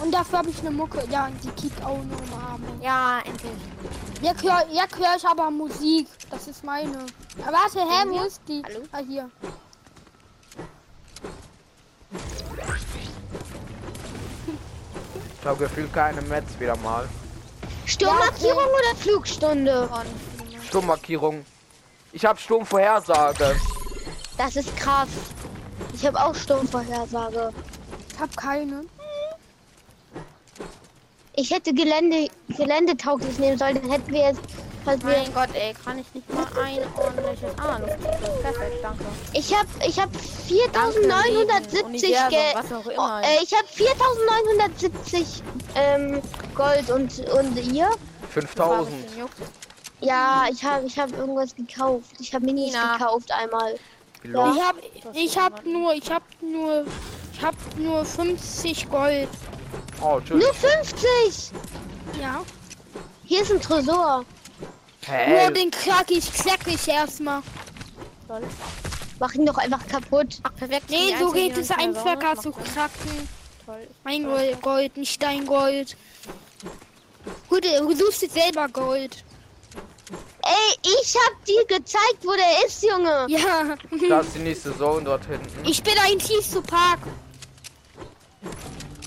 S4: Und dafür habe ich eine Mucke. Ja, und die kickt auch eine Umarmung.
S3: Ja, endlich.
S4: Ja, hör, ja, hör ich aber Musik. Das ist meine. Aber warte, hä, wo ist die?
S3: Hallo?
S4: Ah, hier.
S1: Ich habe gefühlt keine Metz wieder mal.
S2: Sturmmarkierung oder Flugstunde?
S3: Und
S1: Sturmmarkierung. Ich habe Sturmvorhersage.
S2: Das ist krass. Ich habe auch Sturmvorhersage.
S4: Ich hab keine.
S2: Ich hätte Gelände, geländetauglich nehmen sollen, dann hätten wir jetzt. Was wir,
S3: mein Gott, ey, kann ich nicht mal ein ordentliches Ah, Luftschiff. Perfekt, danke.
S2: ich habe ich hab
S3: Danke, Leben,
S2: 4970
S3: Universum,
S2: Geld.
S3: was auch
S2: Oh,
S3: immer.
S2: äh, ich habe 4970 ähm, Gold und, und ihr?
S1: 5000.
S2: Ja, ich habe ich hab irgendwas gekauft. Ich habe Minis
S3: Nina.
S2: gekauft einmal.
S1: Gelogen.
S4: Ich hab,
S3: hast
S4: ich
S3: du
S4: hab
S3: gemacht.
S4: nur, ich hab nur, ich hab nur 50 Gold.
S1: Oh, tschüss.
S2: Nur 50!
S4: Ja.
S2: Hier ist ein Tresor.
S1: Hey,
S4: Nur den knack ich, klack ich erstmal.
S2: Mach ihn doch einfach kaputt.
S3: Ach, perfekt. die
S4: Nee, so
S3: Einzelnen, die
S4: geht
S3: noch
S4: es
S3: nicht mehr sauber
S4: einfacher zu
S3: gemacht haben.
S4: knacken.
S3: Toll.
S4: Mein Gold, Gold, nicht dein Gold. Gut, äh, du suchst jetzt selber Gold.
S2: Ey, ich hab dir gezeigt, wo der ist, Junge.
S4: Ja.
S1: da ist die nächste Zone dort hinten.
S4: Ich bin ein Tief zu Park.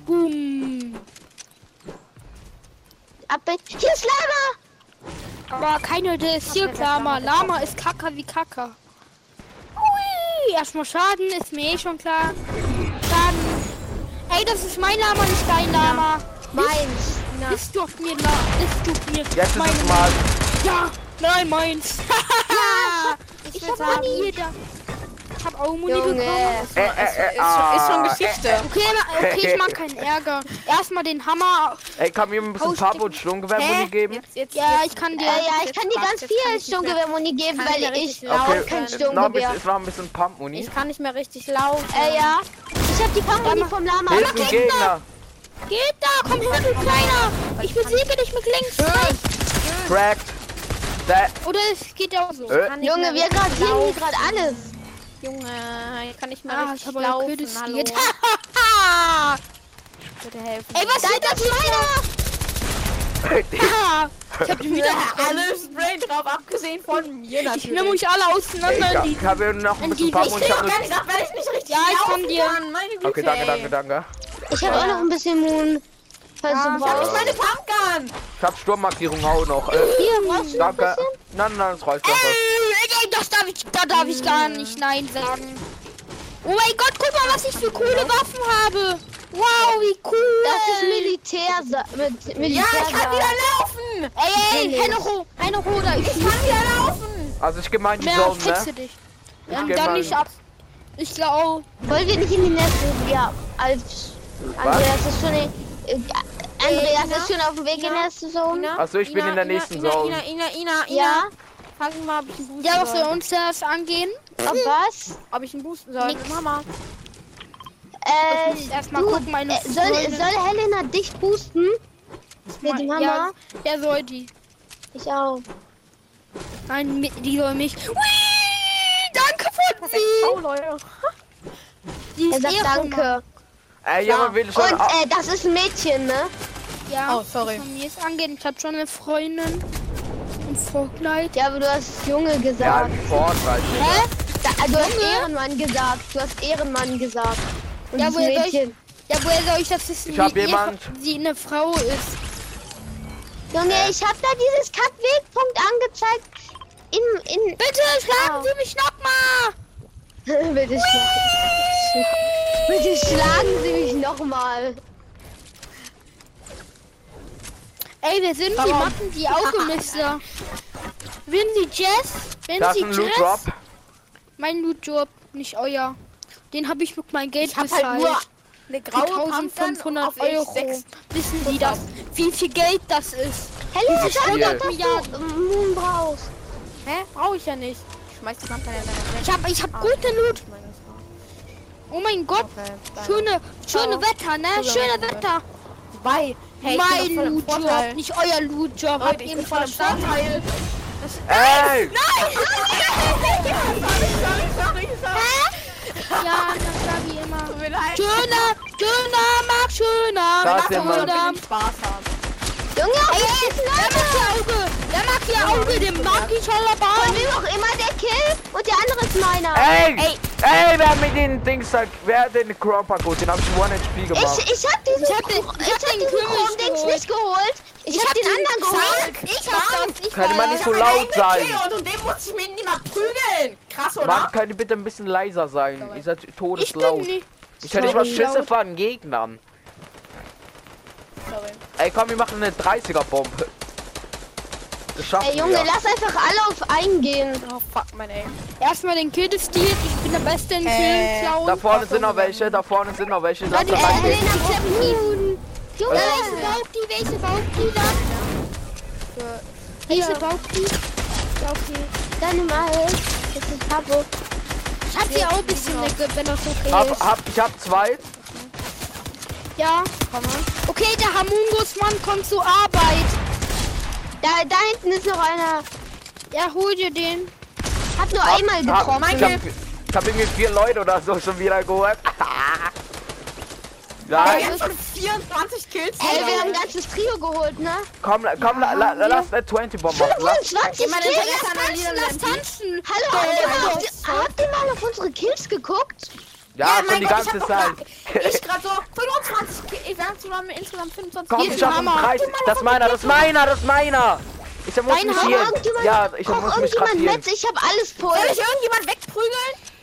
S4: Boom.
S2: Ab Hier ist Lama!
S4: Aber keine der ist hier Lama. Lama ist Kacker wie Kacker. Ui, erstmal Schaden, ist mir eh schon klar. Schaden. Ey, das ist mein Lama, nicht dein Lama.
S2: Meins.
S3: Na,
S4: Bist du auf mir, La bist du auf mir.
S1: Jetzt ist
S4: meine-
S1: es mal.
S4: Ja, nein, meins.
S3: ich,
S4: ich
S3: will
S4: hab
S3: sagen,
S4: Muni. jeder. Ich hab auch Muni bekommen.
S2: Junge.
S3: es
S1: Äh,
S3: war- es war- ist, schon, ist schon
S1: ah.
S3: Geschichte.
S1: [LAUGHS]
S4: Okay, ma- okay, ich mag keinen Ärger. Erstmal den Hammer.
S1: Ey, kann mir ein bisschen
S4: Hausstück-
S1: Pabot Schlungewehrmuni
S4: Hä?
S1: geben?
S3: jetzt,
S4: Ja, ich kann dir.
S2: Ja, ja, ich kann dir
S3: passt, jetzt
S2: ganz
S3: kann
S2: viel
S3: ich nicht mehr-
S2: Sturmgewehrmuni geben,
S3: kann ich
S2: weil
S3: nicht
S2: ich
S3: mehr richtig
S2: auch kein
S3: laufen.
S1: noch ein bisschen,
S2: Sturmgewehr.
S1: ist noch ein bisschen Pump-Muni.
S3: Ich kann nicht mehr richtig laufen.
S2: Äh, ja. Ich hab die Kammuni vom Lama.
S1: Hier ist ein Gegner.
S4: Geht da, komm her, du Kleiner. Ich besiege dich mit links.
S1: Cracked. Da,
S4: Äh, Oder es geht auch so.
S1: äh,
S3: Kann nicht
S2: Junge,
S3: mehr
S2: wir
S3: richtig
S2: gradieren hier
S3: laufen.
S2: gerade alles.
S3: Junge, ich kann nicht mehr
S4: Ah, ich
S3: richtig
S4: habe
S3: laufen.
S4: euer König
S3: Hallo.
S4: geht.
S3: Bitte helfen.
S4: Ah. Ey, was ist das meiner? Ich hab ihn wieder
S3: [LAUGHS] alle Spray drauf, abgesehen von mir
S4: Ich nehme euch alle auseinander.
S1: Äh, ich
S4: die-
S1: kann mir noch ein
S4: An
S1: bisschen
S4: die-
S1: Pump-Muni. Ich hab nur-
S3: nicht, weil ich nicht richtig
S4: Ja, ich
S3: laufen
S4: kann dir-
S3: kann. Meine Güte,
S1: Okay, danke,
S3: ey.
S1: danke, danke.
S2: Ich habe auch noch ein bisschen Moon. Falls
S4: Ja,
S2: du
S4: ich hab
S2: brauchst.
S3: meine Pumpgun.
S1: Ich hab Sturmmarkierung auch noch. Äh,
S2: Hier, brauchst du noch ein
S1: danke.
S2: bisschen?
S1: Nein, nein, das reicht
S4: Äh,
S1: danke.
S4: ey, Das darf ich, da darf ich gar nicht Nein sagen. Oh mein Gott, guck mal, was ich für coole Waffen habe. Wow, wie cool.
S2: Das ist Militär. Mit Militär.
S3: Ja, ich kann wieder laufen.
S4: Ey, ey, Henoho, Henoho, da ich
S3: Ich kann wieder laufen.
S1: Also ich geh mal in die
S4: mehr
S1: Zone,
S4: als fixe
S1: ne?
S4: dich.
S1: Ich
S4: Und
S1: geh
S4: dann
S1: mal-
S4: nicht ab. Ich glaube,
S2: Wollen wir nicht in die Nässe? Ja, als Andreas ist schon in, äh, Andreas ist schon auf dem Weg in die nächste Zone.
S1: Ach so, ich bin in der nächsten
S3: Ina,
S1: Zone.
S3: Ina, Ina, Ina, Ina.
S2: Ja,
S3: Frag mich mal, ob ich einen boosten
S4: ja, was
S3: soll.
S4: soll uns das angehen?
S2: auf was?
S3: Ob ich einen boosten soll.
S4: Nix.
S3: Mama.
S2: Äh,
S4: Ich muss erstmal
S2: du,
S4: gucken, meine
S2: äh, soll,
S4: Freunde-
S2: soll Helena dich boosten? Mit dem Hammer?
S4: Ja, ja, soll die.
S2: Ich auch.
S4: Nein, mi- die soll Uh, mich. Ui, danke, Putzi.
S3: Oh, Leute.
S4: Die
S2: Er
S4: ist eh
S2: sagt danke.
S1: Ey, ja, man will
S2: Und
S1: schon. au-
S2: äh, das ist ein Mädchen, ne?
S4: Von, ja,
S3: Oh, sorry.
S4: Von mir ist angehen. Ich hab schon eine Freundin. Und Fortnite.
S2: Ja, aber du hast Junge
S1: Ja,
S2: gesagt.
S1: Fortnite.
S2: Hä? Da, äh, du hast Ehrenmann gesagt. Du hast Ehrenmann gesagt. Und
S4: Ja,
S2: das
S4: woher soll ich-
S2: Mädchen.
S4: Ja, woher soll ich das wissen?
S1: Ich hab
S4: wie ihr-
S1: jemand.
S4: Sie eine Frau ist.
S2: Junge, ich hab da dieses Cut-Wegpunkt angezeigt. In, in, Genau.
S4: Bitte schlagen Sie mich nochmal.
S2: Bitte, schla [LAUGHS] Bitte schlagen Sie mich nochmal.
S4: Ey, wir sind die
S3: Warum?
S4: Matten,
S2: [LAUGHS]
S4: die Augenmister. Wenn Sie Jess, wenn
S1: Das
S4: Sie
S1: ist ein Loot
S4: Jess,
S1: Drop.
S4: mein Loot Job, nicht euer. Den habe ich mit meinem Geld
S3: Ich hab halt nur eine graue Pumpgun
S4: 1500
S3: auf
S4: Euro.
S3: Euro.
S4: Wissen Sie das? Wie viel Geld das ist?
S2: Helena, sag
S1: Spiel.
S2: doch, dass du Moon brauchst.
S3: Hä? Brauche ich ja nicht. Ich schmeiß die Pumpgun in deine
S4: Ich habe ich hab
S3: Ah.
S4: gute Loot.
S3: Ich meine, das war-
S4: Oh mein Gott,
S3: Okay, danke.
S4: schöne, schöne
S3: Ciao.
S4: Wetter, ne?
S3: Ciao.
S4: Schöne Wetter.
S3: Bye. Hey, ich
S4: mein
S3: bin doch voll im
S4: Loot Job,
S3: Vorteil.
S4: nicht euer Loot Job.
S3: Leute,
S4: Habt
S3: ich
S4: ihr
S3: bin
S4: im
S3: voll im
S4: Verstand?
S3: Vorteil.
S1: Ey!
S3: Sorry, sorry, sorry.
S4: Ja, das war wie immer.
S3: Tut mir leid.
S4: Schöner, schöner, mag schöner.
S1: Da ist
S4: Macht
S1: der Mann.
S4: schöner.
S3: Spaß haben.
S2: Junge,
S4: Ey,
S2: auf
S4: der macht hier Auge! Der macht hier Auge, den mag ich
S2: von
S4: allemal!
S2: wem auch immer der Kill und der andere ist meiner.
S1: Ey! Ey, wer hat mit den Dings da- Wer hat den Cromper gut? Den hab ich in One HP gemacht.
S2: Ich, ich hab diesen,
S4: Ich hab den-
S2: Kro-
S4: ich
S2: ich
S4: hab
S2: hab
S4: den
S2: diesen
S4: Kümmel
S2: Chrom-Dings
S4: geholt.
S2: nicht geholt. Ich, hab, den anderen geholt.
S4: Ich hab das nicht
S1: Kann man nicht so laut sein.
S3: Und um den muss ich mir niemand prügeln. Krass,
S1: Mann,
S3: oder?
S1: könnt ihr bitte ein bisschen leiser sein? Ihr seid
S4: Ich bin
S1: todeslaut.
S4: nicht.
S1: Ich hätte nicht mal
S4: sorry.
S1: Schüsse
S4: Laut.
S1: von Gegnern.
S3: Sorry.
S1: Ey, komm, wir machen eine 30er-Bombe. Das schaffen
S2: Ey, Junge,
S1: wir.
S2: lass einfach alle auf eingehen.
S3: Oh, fuck, mein Ey.
S4: Erstmal den Kill steal, ich bin der Beste in
S3: Äh.
S4: Kill
S1: Da
S4: klauen.
S1: vorne sind noch welche, da vorne sind noch welche. Lass
S4: die
S1: da
S2: Äh,
S1: reingehen.
S2: Helena, Moon.
S1: Äh.
S4: Junge, welche baut die, welche baut die da?
S3: Für
S2: Diese
S4: Ja.
S2: Bauki,
S4: Okay.
S2: dann nimm alles. Das ist Papo.
S4: Ich hab hier auch ein bisschen lecker, wenn das okay
S1: Hab,
S4: ist.
S1: hab, ich hab zwei.
S4: Ja.
S3: Komme.
S4: Okay, der Hamungusmann kommt zur Arbeit.
S2: Da, da hinten ist noch einer.
S4: Ja, hol dir den.
S2: Hab nur
S1: Hab,
S2: einmal
S1: hab-
S2: getroffen.
S1: ich, hab, ich hab irgendwie vier Leute oder so schon wieder geholt. Nein,
S3: ich mit 24 Kills.
S2: Ey, wir haben ein ganzes Trio geholt, ne?
S1: komm, komm, la, la, la, lass eine 20 Bomb machen. Lass,
S2: 25
S3: Jemand
S2: Kills.
S3: Interesse an der Lieder
S4: Lass
S3: Lampi?
S4: tanzen.
S2: Hallo, habt ihr, mal auf die, habt ihr mal auf unsere Kills geguckt?
S1: ja, schon
S3: Oh mein
S1: die
S3: Gott,
S1: ganze
S3: ich hab
S1: Zeit. [LAUGHS]
S3: doch grad- Ich gerade so 25 Kills. Ich sag zusammen insgesamt 25
S1: Komm,
S3: Kills.
S1: ich hab
S4: Hammer.
S1: 30. Das ist meiner, das ist meiner, das ist meiner. Ich muss
S4: Dein
S1: mich
S2: Komm,
S1: hier.
S2: irgendjemand,
S1: Ja, ich
S2: komm,
S1: muss mich
S2: irgendjemand
S1: rasieren.
S2: mit. Ich hab alles voll.
S3: Soll ich irgendjemand wegprügeln?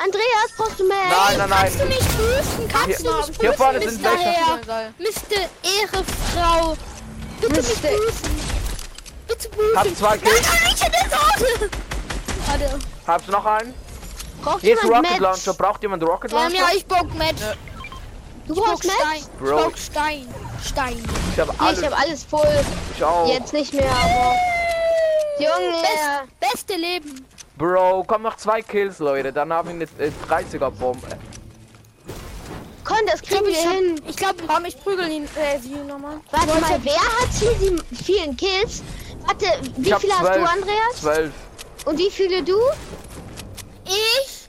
S2: Andreas, brauchst du mehr?
S1: Nein, nein,
S4: Kannst du
S1: nein.
S4: mich grüßen? Kannst
S1: Hier-
S4: du mich
S1: hier vorne
S4: grüßen,
S1: sind
S4: Mr.
S1: welche.
S4: Herr?
S3: Soll.
S4: Mr. Ehrefrau. Bitte mich
S2: Mr.
S4: grüßen. Bitte grüßen.
S1: Hab zwei
S4: Nein,
S1: Kills.
S4: nein, ich in der Sorte. Warte.
S1: Hab's noch einen?
S2: Braucht
S1: Hier ist
S2: jemand
S1: Rocket
S2: Metz?
S1: Launcher. Braucht jemand Rocket
S4: Ähm, ja,
S1: Launcher?
S4: ich bock Match.
S2: Du
S4: Ich bock
S2: brauchst
S4: Stein.
S2: Metz?
S4: Ich
S1: Bro.
S4: bock Stein. Stein.
S1: Ich hab
S2: Nee, ich
S1: alles.
S2: hab alles voll.
S1: Ich auch.
S2: Jetzt nicht mehr, aber... Junge.
S4: Best, beste Leben.
S1: Bro, komm noch zwei Kills, Leute. Dann hab ich eine äh, 30er Bombe.
S2: Komm, das kriegen wir hin.
S3: Ich glaube, komm, ich prügel ihn, äh, sie nochmal.
S2: Warte mal, wer hat hier die vielen Kills? Warte, wie
S1: Ich hab
S2: viele hast du,
S1: zwölf.
S2: Andreas?
S1: 12.
S2: Und wie viele du?
S4: Ich?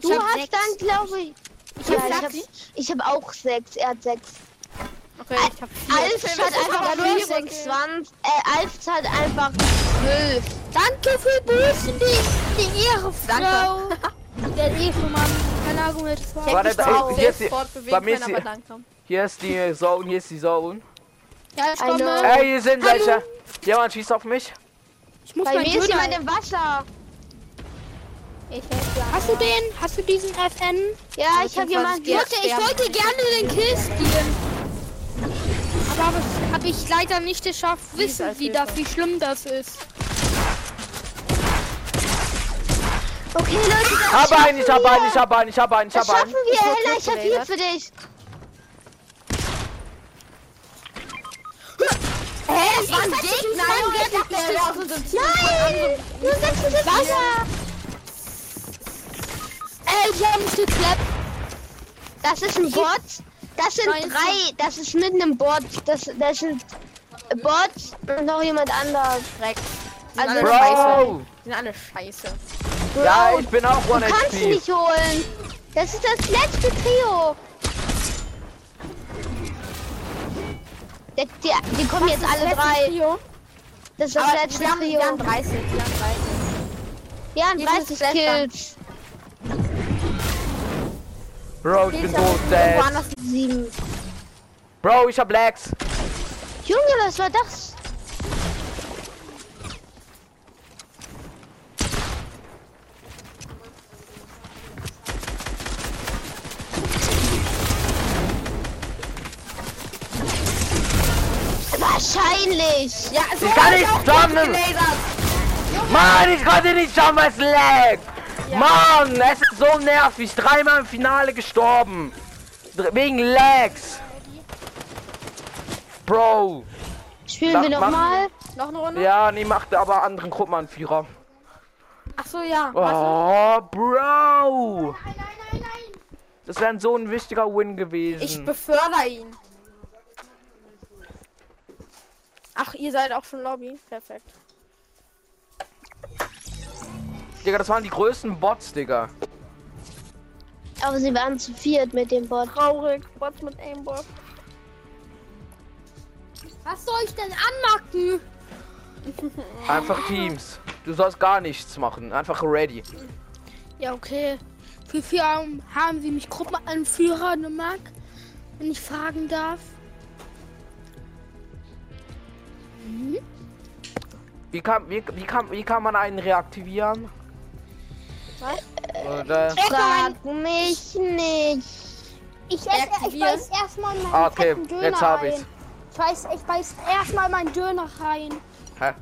S2: Du
S4: hab
S2: hast
S4: sechs.
S2: dann, glaube ich...
S3: Ich hab
S2: ich hab,
S3: sechs.
S2: ich hab auch sechs, er hat sechs.
S3: Okay, ich hab vier.
S2: Alf hat einfach
S3: aber nur
S2: 24, äh, Alf hat einfach 12.
S4: Danke für Grüßen, die, die Ehrefrau.
S3: Danke.
S4: Der Ehremann. Keine Ahnung, wer das war.
S1: Warte,
S3: Ich
S1: da-
S3: hab mich
S1: hier ist die-
S3: fortbewegen
S1: bei mir
S3: können,
S1: ist
S3: aber
S1: die-
S3: langsam.
S1: Hier ist die äh, Zone, hier ist die Zone.
S4: Ja, ich
S2: Hallo.
S4: komme.
S1: Ey, hier sind
S4: Hallo.
S1: welche. Jemand schießt auf mich.
S4: Ich muss
S2: Bei
S4: meinen
S2: mir ist
S4: Döner
S2: jemand im Wasser.
S3: Ich helf dir.
S4: Hast du den? Hast du diesen FN?
S3: Ja,
S2: Ja, ich habe
S3: 25
S2: jemanden.
S3: Kills.
S4: Leute, ich wollte gerne den Kill spielen. Aber habe ich, hab ich leider nicht geschafft. Wissen
S3: als
S4: Sie das, wie schlimm das ist?
S2: Okay, Leute, das
S1: Hab
S2: schaffen
S1: einen, ich hab
S2: wir.
S1: einen, ich hab einen, ich hab einen, ich
S2: Das
S1: hab einen.
S2: schaffen wir,
S3: Ich wurde
S2: Ella, ich hab hier
S3: geredet.
S2: für dich.
S3: Hä, das war ein Gegner. Junge, Ich dachte, der wäre aus unserem Team.
S2: Nein! Nur 76
S4: Was? Ey, ich habe mich geklappt.
S2: Das ist ein Bot. Das sind
S4: Scheiße.
S2: drei. Das ist mit einem Bot. Das, das sind Bots und noch jemand anders.
S3: Dreck. Die sind
S2: Also-
S3: alle scheiße.
S1: Bro!
S3: Die sind alle scheiße.
S2: Bro,
S1: Ja, ich bin auch
S2: du
S1: 1
S2: kannst sie
S1: HP.
S2: nicht holen. Das ist das letzte Trio. Die, die, die kommen jetzt alle drei. Das ist das
S3: Aber
S2: letzte
S3: die haben, die
S2: Trio.
S3: haben 30. Die haben 30.
S2: Wir haben
S3: die sind
S2: 30
S3: das Letzte.
S2: Kills.
S1: Bro, ich bin tot, dead.
S3: Woanders
S2: Sieben.
S1: Bro, ich hab Lags.
S2: Junge, was war das? Wahrscheinlich.
S3: Ja, so
S1: Ich kann
S3: hab
S1: nicht
S3: auch
S1: stammen.
S3: durchgelasert.
S1: Mann, ich konnte nicht schauen, was lag. Mann, es ist so nervig. Dreimal im Finale gestorben. Dr- Wegen Lags. Bro.
S2: Spielen wir
S1: Mach- mach-
S2: nochmal?
S3: Noch eine Runde?
S1: Ja, nee, macht aber anderen Gruppen einen Vierer.
S3: Ach so, ja. Warte.
S1: Oh, Bro. Das wäre so ein wichtiger Win gewesen.
S3: Ich befördere ihn. Ach, ihr seid auch schon Lobby. Perfekt.
S1: Digga, das waren die größten Bots, Digga.
S2: Aber sie waren zu viert mit dem Bot.
S3: Traurig. Bots mit Aimbot.
S4: Was soll ich denn anmachen?
S1: Einfach Teams. Du sollst gar nichts machen. Einfach ready.
S4: Ja, okay. Für vier haben, haben sie mich Gruppenanführer gemacht, wenn ich fragen darf.
S1: Mhm. Wie kann, wie, wie kann, wie kann man einen reaktivieren?
S3: Was?
S1: Oder?
S2: Frag mich nicht.
S5: Ich, esse, ich
S3: Aktivieren.
S5: beiß erstmal meinen
S1: Ah, okay,
S5: fetten Döner
S1: jetzt hab ich's.
S5: rein. Ich beiß, ich beiß erstmal meinen Döner rein.
S1: Hä?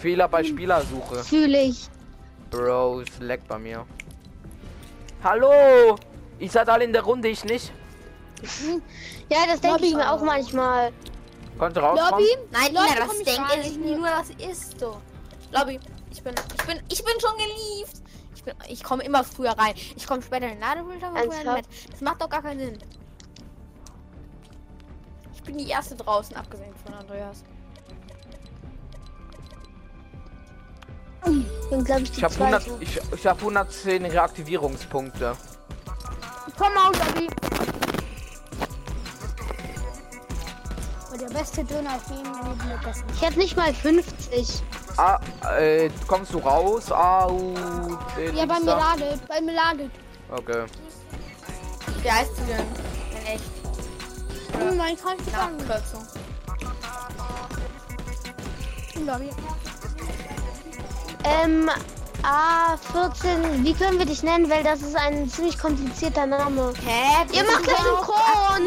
S1: Fehler
S4: Hm.
S1: bei Spielersuche.
S2: Fühle ich.
S1: Bro, es leckt bei mir. Hallo! Ich seid alle in der Runde, ich nicht.
S2: Ja, das denke ich mir auch manchmal.
S1: Konnte rauskommen.
S4: Lobby?
S6: Nein,
S4: Leute,
S6: Ina, das
S4: komm, ich
S6: denkt
S4: frage
S6: er sich nie nur, das ist so. Lobby, ich bin, ich bin, ich bin schon geliebt. Ich, bin- ich komme immer früher rein. Ich komme später in den Laden und ich komme früher ins
S2: Ernsthaft?
S6: Bett. Das macht doch gar keinen Sinn. Ich bin die erste draußen, abgesehen von Andreas.
S2: Ich bin, glaube ich, die
S1: Ich habe
S2: zweite.
S1: 100, ich, ich hab 110 Reaktivierungspunkte.
S5: Komm mal, Gabi. Und der beste Döner ist jeden Leben gegessen.
S2: Ich habe nicht mal 50.
S1: Ah, äh, kommst du raus? Au. äh,
S5: Ja, bei mir
S1: Dienstag?
S5: ladet, bei mir ladet. Äh.
S1: Okay.
S6: Wie heißt du denn? In echt.
S5: Oh mein, kann ich nicht sagen.
S6: Abkürzung.
S5: Gabi.
S2: Ähm, A14, wie können wir dich nennen? Weil das ist ein ziemlich komplizierter Name.
S6: Hä?
S2: Ihr macht das synchron!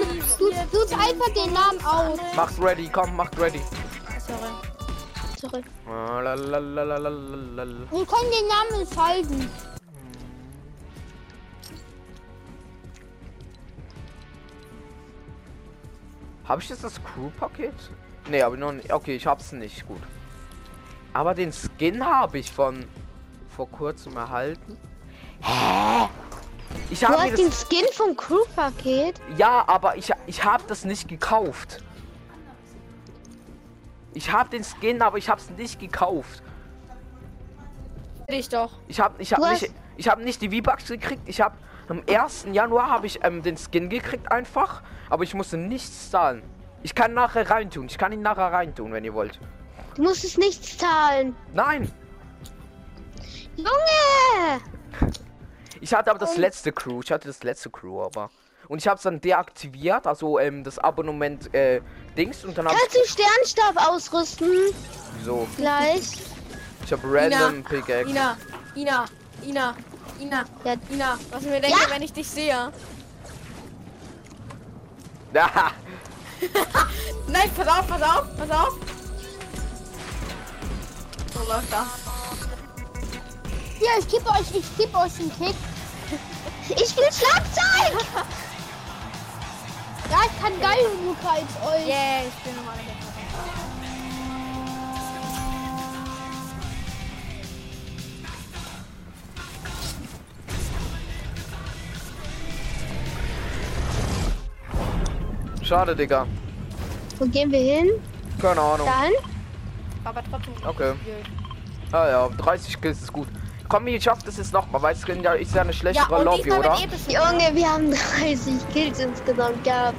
S5: Du suchst einfach den Namen aus.
S1: Macht ready, komm, macht ready.
S6: Sorry.
S2: Zurück.
S1: Ah, la, la, la, la, la, la, la.
S5: Wir können den Namen nicht halten.
S1: Hab ich jetzt das Crew-Paket? Nee, aber noch nicht. Okay, ich hab's nicht. Gut. Aber den Skin habe ich von vor kurzem erhalten. Hä? Ich
S2: Du
S1: habe mir
S2: hast den
S1: das,
S2: Skin vom Crew-Paket?
S1: ja, aber ich, ich habe das nicht gekauft. Ich habe den Skin, aber ich hab's nicht gekauft.
S3: Dich doch.
S1: Ich habe ich hab
S2: Du hast-
S1: nicht ich habe nicht die V-Bucks gekriegt. Ich habe am 1. Januar habe ich ähm, den Skin gekriegt einfach, aber ich musste nichts zahlen. Ich kann nachher reintun. Ich kann ihn nachher reintun, wenn ihr wollt.
S2: Du musstest nichts zahlen.
S1: Nein,
S2: Junge!
S1: ich hatte aber das letzte Crew. Ich hatte das letzte Crew, aber und ich habe es dann deaktiviert, also ähm, das Abonnement äh, Dings und dann habe
S2: Kannst du
S1: ich
S2: Sternstab ausrüsten?
S1: so.
S5: [LAUGHS]
S2: Gleich.
S1: Ich habe random Pickaxe. [LAUGHS]
S3: Ina, Ina, Ina, Ina,
S2: Ja.
S3: Ina, was ich mir denke, wenn ich dich sehe.
S1: Ja,
S3: Nein, pass auf, pass auf, pass auf. So läuft das.
S5: Hier, ich gebe euch, ich gebe euch den Kick.
S2: Ich will Schlagzeug!
S5: Ja, ich kann geil genug als euch.
S3: Yeah, ich bin normal.
S1: schade, Digga.
S2: Wo gehen wir hin?
S1: Keine Ahnung.
S2: Dann?
S3: Aber trotzdem.
S1: Okay. Ah ja, 30 Kills ist gut. Komm, ich schaff das jetzt nochmal, weil es ist ja- ist ja eine
S3: Ja,
S1: schlechtere
S3: und
S1: Lobby,
S3: diesmal
S1: oder?
S3: mit epischen.
S2: Junge, wir haben [LAUGHS] 30 Kills insgesamt gehabt.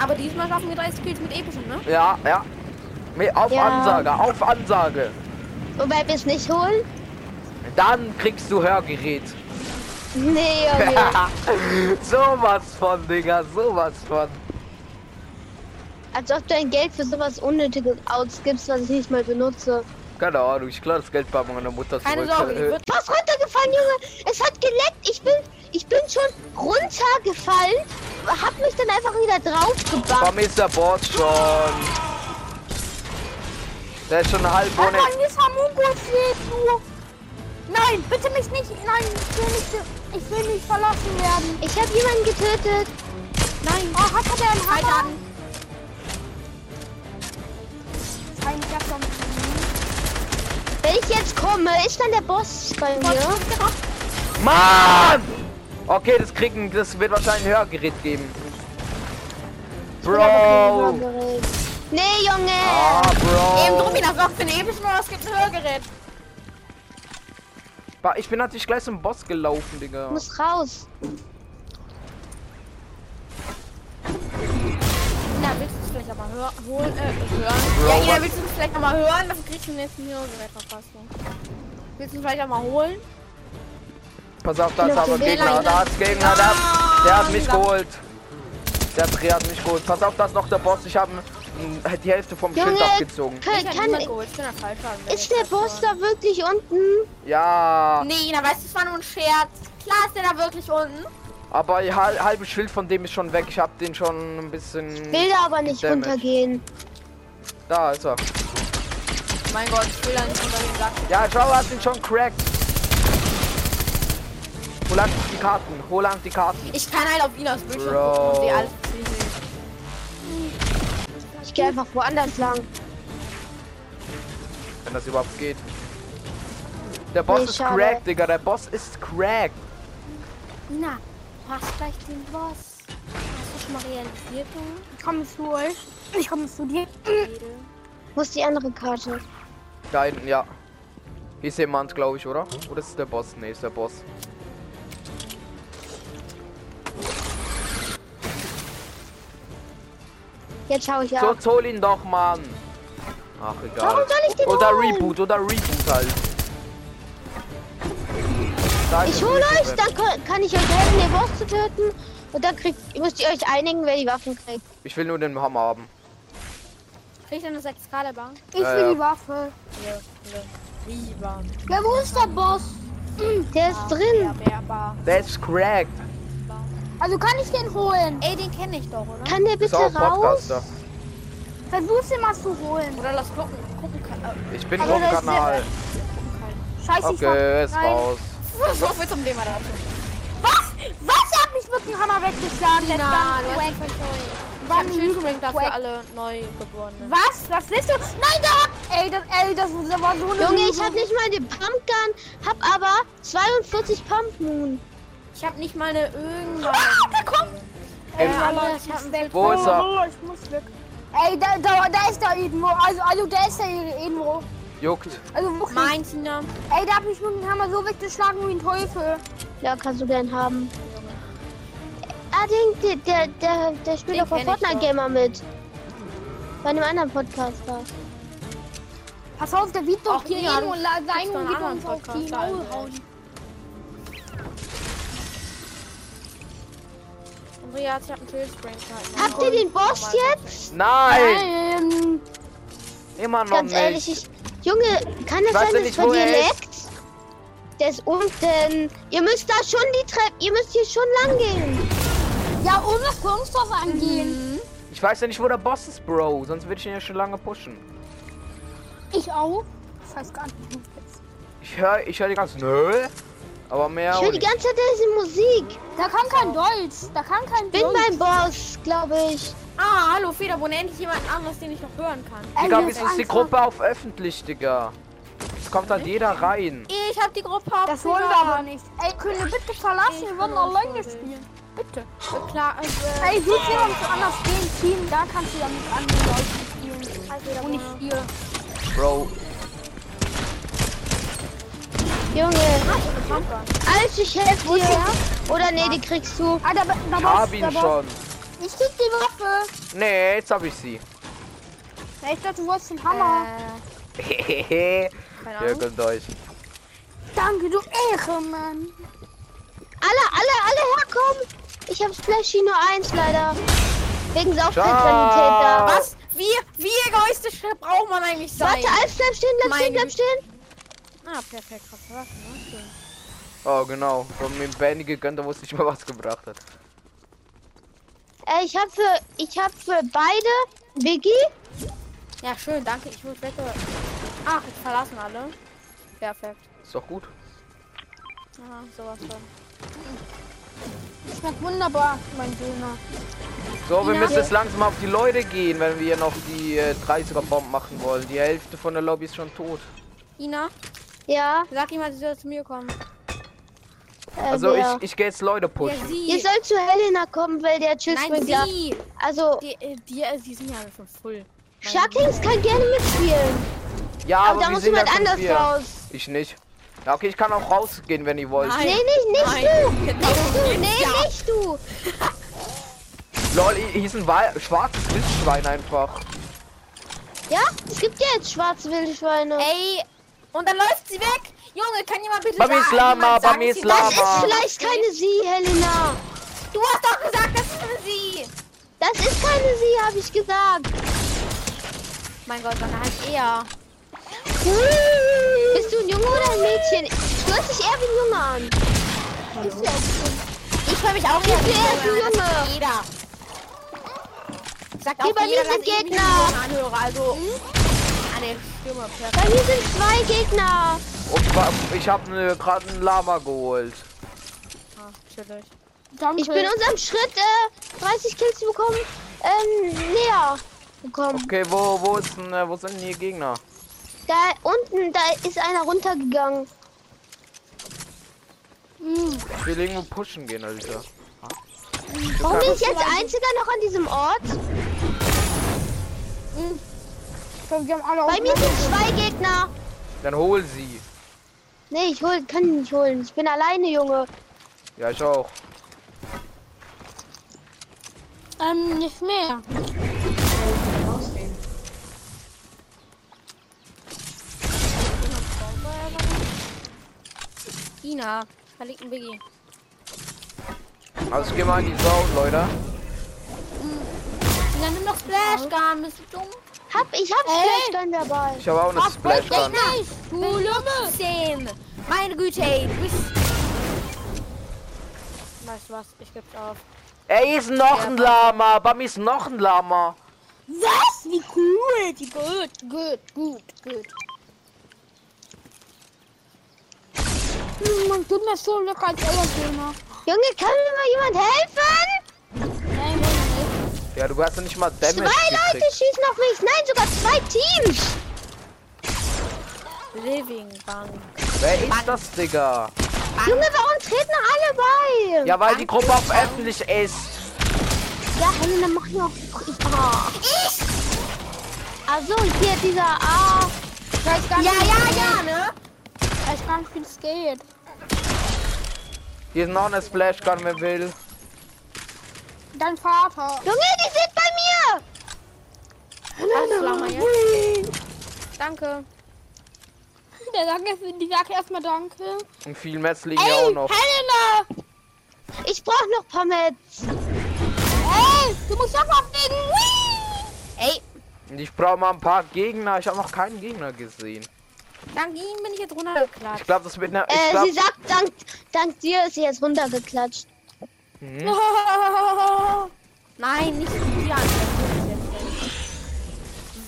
S3: Aber diesmal schaffen wir 30 Kills mit epischen, ne?
S1: Ja, ja. Nee, auf
S2: Ja.
S1: Ansage, auf Ansage.
S2: Wobei wir es nicht holen?
S1: Dann kriegst du Hörgerät.
S2: Nee, Junge.
S1: [LAUGHS] sowas von, Digga, sowas von.
S2: Als ob du ein Geld für sowas Unnötiges ausgibst, was ich nicht mal benutze.
S1: Keine Ahnung, ich klaue das Geld bei meiner Mutter
S3: Keine
S1: zurück.
S3: Sorge, die wird
S2: Was runtergefallen, Junge? Es hat geleckt. Ich bin, ich bin schon runtergefallen, hab mich dann einfach wieder draufgebaut.
S1: Komm, ist der Boss schon. Der ist schon halb ohne.
S5: Oh Mann, mir ist Hamukus du. Nein, bitte mich nicht. Nein, ich will nicht, ge- ich will nicht verlassen werden.
S2: Ich habe jemanden getötet.
S5: Nein. Oh, hat er einen Hammer? Nein, ich hab damit
S2: Wenn ich jetzt komme, ist dann der Boss bei mir.
S1: Mann! Okay, das kriegen, das wird wahrscheinlich ein Hörgerät geben. Bro!
S2: Nee, Junge.
S1: Ah,
S3: Eben
S1: Bro!
S3: drum, Ina, sorgt für den epischen oder es gibt ein Hörgerät.
S1: Ba- Ich bin natürlich gleich zum Boss gelaufen, Digga.
S2: Ich muss raus.
S3: Ina, willst du es vielleicht nochmal hör holen, äh, hören? Ja, Ina, willst du es vielleicht nochmal hören? Dann kriegst du den nächsten Hörgerät verpasst. Willst du es vielleicht nochmal holen?
S1: Pass auf, da ist aber ein Gegner, da ist Gegner, da ist, der hat
S3: Ah,
S1: mich geholt. Der Dreh hat mich geholt. Pass auf, da ist noch der Boss. Ich habe hm, die Hälfte vom Schild
S2: Junge,
S1: abgezogen.
S2: Kann,
S3: Ich hab niemand
S2: kann,
S3: geholt, ich bin ein Falscher.
S2: ist der Boss da wirklich unten?
S1: Ja,
S3: Nee, Ina, weißt du, es war nur ein Scherz. Klar ist der da wirklich unten.
S1: aber ihr hal- halbes Schild von dem ist schon weg. Ich habe den schon ein bisschen.
S2: Will da aber nicht
S1: Hm. Damage.
S2: runtergehen.
S1: Da ist er.
S3: Mein Gott, ich will da nicht unter den Sack.
S1: Ja, Joe hat ihn schon cracked. Hol an die Karten, hol an die Karten.
S3: Ich kann halt auf Inas Bildschirm
S1: Bro.
S3: gucken und sehe alles. was sie sehen.
S2: Ich
S1: Hm.
S2: gehe einfach woanders lang.
S1: Wenn das überhaupt geht. Der Boss
S2: Nee,
S1: ist
S2: Hm, schade.
S1: cracked, Digga. Der Boss ist cracked.
S3: Nina, du hast gleich den Boss. Hast du schon mal realisiert, du?
S4: Ich komme zu euch. Ich komme zu dir.
S3: Mädel?
S2: Wo ist die andere Karte?
S1: Da hinten, ja. Hier ist jemand, glaube ich, oder? Oder ist es der Boss? Ne, ist der Boss.
S2: Jetzt schaue ich ja.
S1: So, hol ihn doch, Mann. Ach, egal.
S2: Warum soll ich den
S1: Oder
S2: holen?
S1: Reboot, oder Reboot halt. Da ist
S2: Ich
S1: ein
S2: hole
S1: Reboot
S2: euch,
S1: drin.
S2: dann kann- kann ich euch helfen, den Boss zu töten. Und dann kriegt, müsst ihr euch einigen, wer die Waffen kriegt.
S1: Ich will nur den Hammer haben.
S3: Krieg ich denn das Excalibur?
S4: Ich will
S1: Äh,
S4: die Waffe.
S3: Lieber.
S4: Ja, wo ist der Boss? Ah,
S2: Der ist drin.
S3: Werber.
S1: Der ist cracked.
S4: Also kann ich den holen?
S3: Ey, den kenne ich doch, oder?
S2: Kann der
S1: Ist
S2: bitte
S1: auch
S2: raus?
S1: Podcaster.
S4: Versuch's den mal zu holen.
S3: Oder lass gucken. Gucken kann. Äh,
S1: Ich bin
S2: Also,
S4: Aber
S1: vom
S4: das ist
S1: Kanal.
S4: Scheiße, ich hab...
S1: Okay, ist
S4: Nein.
S1: raus.
S3: so viel zum Thema dazu.
S4: Was? Was? Er hat mich mit dem Hammer weggeschlagen. Jetzt
S3: Na,
S4: war
S3: du
S4: ein
S3: hast mich versteuert. Ich
S4: War
S3: hab
S4: ein
S3: einen Ring dafür
S4: Quack.
S3: alle Neugeborenen.
S4: Was? Was willst du? Nein, da! Ey, das, ey, das war so eine...
S2: Junge, ich
S4: Lüge.
S2: hab nicht mal den Pumpgun, hab aber 42 Pump Moon.
S3: Ich hab nicht mal eine irgendwas.
S4: Ah, da kommt...
S1: Ey,
S4: Ja,
S3: aber
S4: Leute,
S3: ich
S4: ich
S3: hab
S4: muss
S3: einen
S4: weg.
S1: Wo ist er?
S4: Oh, ich muss weg. Ey, da, da, da ist da irgendwo. Also, also, da ist da irgendwo.
S1: Juckt.
S4: Also,
S3: [LAUGHS]
S4: wirklich.
S3: Mein Tina.
S4: Ey, da hab ich mit dem Hammer so weggeschlagen wie ein Teufel.
S2: Ja, kannst du gern haben. Ah, den, der, der, der, der spielt
S3: Den
S2: doch bei
S3: kenn ich
S2: Fortnite Gamer mit. Bei einem anderen Podcaster.
S4: Pass auf, der wird
S3: Ach,
S4: doch hier
S3: ja,
S4: irgendwo
S3: du
S4: la- sein
S3: doch
S4: und
S3: einen
S4: wird
S3: anderen
S4: uns auf die
S3: Podcast also.
S4: Maul
S3: an.
S4: hauen.
S3: Andreas, ich hab einen Tillspring. gehalten.
S2: Habt ihr den Boss jetzt?
S1: Nein!
S4: Ähm,
S1: Immer noch
S2: Ganz
S1: nicht.
S2: ehrlich, ich. Junge, kann das
S1: Ich weiß
S2: sein,
S1: nicht,
S2: dass bei
S1: wo
S2: dir
S1: er ist.
S2: leckt? Der ist unten. Ihr müsst da schon die Treppe. Ihr müsst hier schon lang gehen.
S4: ja, ohne Sturmstoff angehen.
S1: Ich weiß ja nicht, wo der Boss ist, Bro. Sonst würde ich ihn ja schon lange pushen.
S4: Ich auch. Ich weiß gar nicht. wo ich jetzt-
S1: Ich höre ich hör die ganze... Nö. Aber mehr
S2: Ich höre
S1: auch
S2: die
S1: nicht.
S2: ganze Zeit diese Musik.
S4: Da kann kein Deutsch. Da kann kein
S2: Bin
S4: Deutsch.
S2: beim Boss, glaube ich.
S3: Ah, hallo Federbone, endlich jemand anderes, den ich noch hören kann.
S4: Ey,
S1: Digga,
S4: mir
S1: wieso ist die
S4: Angst.
S1: Gruppe auf öffentlich, Digga? Es kommt halt jeder rein.
S3: Ich hab die Gruppe
S4: Das wollen wir aber nicht. Ey, können wir bitte verlassen? Wir wollen alleine spielen. Bitte.
S3: aber. Klar, also,
S4: Ey, such dir uns anders den Team. Da kannst du ja mit anderen Leuten spielen. Und nicht hier.
S1: Bro,
S2: Junge. Alles, ich helfe dir. Oder nee, die kriegst du.
S4: Ah, da, da
S1: ich
S4: war's-
S1: hab ihn
S4: da war's-
S1: schon.
S4: Ich krieg die Waffe.
S1: Nee, jetzt hab ich sie. [LAUGHS]
S4: Ja, ich dachte, du wolltest den Hammer.
S1: Hehehe.
S3: keine
S1: Ihr
S2: Genau.
S3: Ahnung.
S1: könnt euch.
S4: Äh. Danke, du Ehrenmann.
S2: Alle, alle, alle herkommen. Ich habe Splashy nur eins leider. Wegen Saufqualität da.
S1: Ciao.
S3: Was? Wie, wie egoistisch braucht man eigentlich sein?
S2: Warte, alles bleib stehen, bleib
S3: Meine
S2: stehen, bleib
S3: Güte.
S2: stehen.
S3: Ah, perfekt. krasse Waffe, ne? Schön.
S1: Oh, genau. Von mir Benny gegönnt, da wusste ich mal, was gebracht hat.
S2: Äh, ich habe für, ich habe für beide Biggie.
S3: Ja, schön, danke. Ich wurde wegge... Ach, jetzt verlassen alle. Perfekt.
S1: Ist doch gut.
S3: Aha, sowas von.
S4: Schmeckt wunderbar, mein Döner.
S1: So, wir
S3: Ja.
S1: müssen jetzt langsam auf die Leute gehen, wenn wir noch die äh, 30er-Bomben machen wollen. Die Hälfte von der Lobby ist schon tot.
S3: Ina,
S2: Ja.
S3: sag ihm mal, sie soll zu mir kommen.
S2: Äh,
S1: Also,
S2: wer?
S1: ich, ich gehe jetzt Leute
S3: Ja,
S1: pushen.
S3: sie.
S2: Ihr sollt zu Helena kommen, weil der
S3: Nein,
S2: Chillspring da.
S3: sie.
S2: Also,
S3: Die, äh, die, äh, die sind ja alle schon voll.
S2: Shucklings kann gerne mitspielen.
S1: Ja,
S2: Aber, da
S1: wir
S2: muss
S1: sind
S2: jemand
S1: ja schon
S2: anders
S1: vier.
S2: raus.
S1: Ich nicht. Ja, okay, ich kann auch rausgehen, wenn ihr wollt.
S3: Nein.
S2: Nee, nicht, nicht
S3: Nein.
S2: du. Nicht du, nee, nicht du.
S1: Lol, hier hier ist ein Wal schwarzes Wildschwein einfach.
S2: Ja, es gibt ja jetzt schwarze Wildschweine.
S3: Ey, und dann läuft sie weg. Junge, kann jemand bitte
S1: Bei mir
S3: sagen,
S1: ist Lama,
S3: jemand
S1: bei
S3: sagen,
S1: mir ist
S3: sie-
S2: das
S1: Lama.
S2: ist vielleicht keine sie, Helena.
S3: Du hast doch gesagt, das ist für sie.
S2: Das ist keine sie, habe ich gesagt.
S3: Mein Gott, dann halt eher.
S2: Bist du ein Junge oder ein Mädchen? Du hörst dich eher wie ein Junge an.
S3: Ich höre mich auch eher
S2: Wer ist ein
S3: an,
S2: Junge?
S3: das ist Jeder. Sagt
S2: Hier,
S3: auch
S2: bei mir
S3: jeder,
S2: sind
S3: dass ich mich
S2: Gegner.
S3: wie
S2: Hm?
S3: ein Junge anhöre, also an der Stimme. perfekt.
S2: Bei mir sind zwei Gegner.
S1: Und wa- ich habe gerade einen Lama geholt.
S3: Ah, chillig.
S4: Danke.
S3: Mhm.
S2: Ich bin unserem Schritt äh, 30 Kills zu bekommen ähm, näher. bekommen.
S1: Okay, wo, wo, ist denn, äh, wo sind denn hier Gegner?
S2: Da unten, da ist einer runtergegangen.
S1: Ich will irgendwo pushen gehen, Alter.
S2: Warum bin ich jetzt einziger noch an diesem Ort?
S5: Ich glaub, die haben alle
S2: Bei
S5: auf-
S2: mir sind zwei Gegner.
S1: Dann hol sie.
S2: Nee, ich hol, kann die nicht holen. Ich bin alleine, Junge.
S1: Ja, ich auch.
S4: Ähm, nicht mehr.
S3: Ina, da liegt ein Biggie.
S1: Also ich geh mal in die Zone, Leute.
S6: Ja, nimm doch Flashgun, bist du dumm?
S2: Hab, ich hab vielleicht dann dabei.
S1: Ich habe auch eine Splash-Gun.
S6: Du Lumme! 10. Meine Güte, ey, du bist...
S3: Weißt du was? Ich geb's auf.
S1: Ey, ist noch ein Lama. Bei mir ist noch ein Lama.
S5: Was? Wie cool, die
S3: Gut, gut, gut, gut.
S5: Böden. Man tut mir so lecker als euer Gamer.
S2: Junge, kann mir mal jemand helfen?
S1: Ja, du hast ja nicht mal Damage
S2: Zwei Leute
S1: gekriegt.
S2: schießen auf mich. Nein, sogar zwei Teams.
S3: Living Bank.
S1: Wer ist das, Digga?
S2: Junge, warum treten noch alle bei?
S1: Ja, weil die Gruppe auf öffentlich ist.
S2: Ja, Helena, mach mir auch. Ich. Ah. Also, hier dieser
S4: Ah,
S2: A.
S5: Ich weiß gar
S6: Ja,
S5: nicht,
S6: ja, ja, ne?
S5: ich weiß gar nicht, wie das geht.
S1: Hier ist noch eine Splash-Gun, wer will.
S5: Dein Vater.
S2: Junge, die sind bei mir.
S3: Hast du Lama jetzt? Danke.
S4: Der sagt erst, die sagt erstmal Danke.
S1: Und viel Metz liegen ja auch noch.
S4: Helena!
S2: Ich brauche noch ein paar Mets.
S4: Ey, du musst doch auflegen.
S6: Ey,
S1: Und ich brauche mal ein paar Gegner. Ich habe noch keinen Gegner gesehen.
S3: Dank ihm bin ich jetzt runtergeklatscht.
S1: Ich glaube, das wird eine. Ich
S2: Äh,
S1: glaub,
S2: sie sagt, dank, dank dir ist sie jetzt runtergeklatscht.
S1: hm?
S3: Nein, nicht die anderen.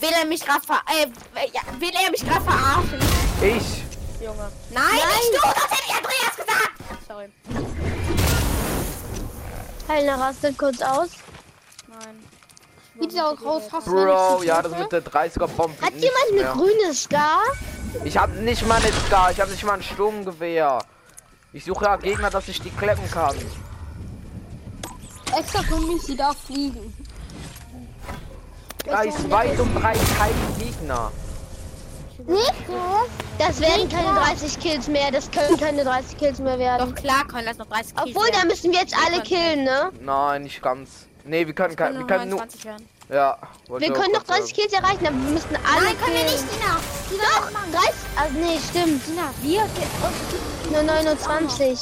S6: will er mich gerade ver... Äh, ja, will er mich gerade verarschen?
S1: Ich.
S3: Junge.
S6: Nein, nicht du, das hätte ich Andreas gesagt!
S3: Sorry.
S2: Helena rastet kurz aus.
S3: Nein.
S4: Wie sieht auch raus? Hast du
S1: Bro, ja, das mit der 30er Bombe.
S2: ne? Hat
S1: nichts
S2: jemand eine
S1: mehr.
S2: grüne Scar?
S1: Ich habe nicht mal eine Scar. Ich habe nicht mal ein Sturmgewehr. Ich suche ja Gegner, dass ich die kleppen kann.
S4: extra für mich, die darf fliegen.
S1: Da ist weit und breit kein um Gegner.
S2: Das werden keine 30 Kills mehr. Das können keine 30 Kills mehr werden.
S6: Doch klar, komm, lass noch 30 Kills
S2: Obwohl, da
S6: werden.
S2: müssen wir jetzt alle killen, ne?
S1: Nein, nicht ganz. Nee, wir können kein. Wir können nur.
S3: 29 werden.
S1: Ja. wollte
S2: Wir
S1: ich auch
S2: können noch
S1: kurz sagen.
S2: 30 Kills erreichen, aber wir müssen alle
S6: Nein, können wir
S2: killen.
S6: nicht, Tina.
S2: Doch, 30. Also, nee, stimmt. Nur 29.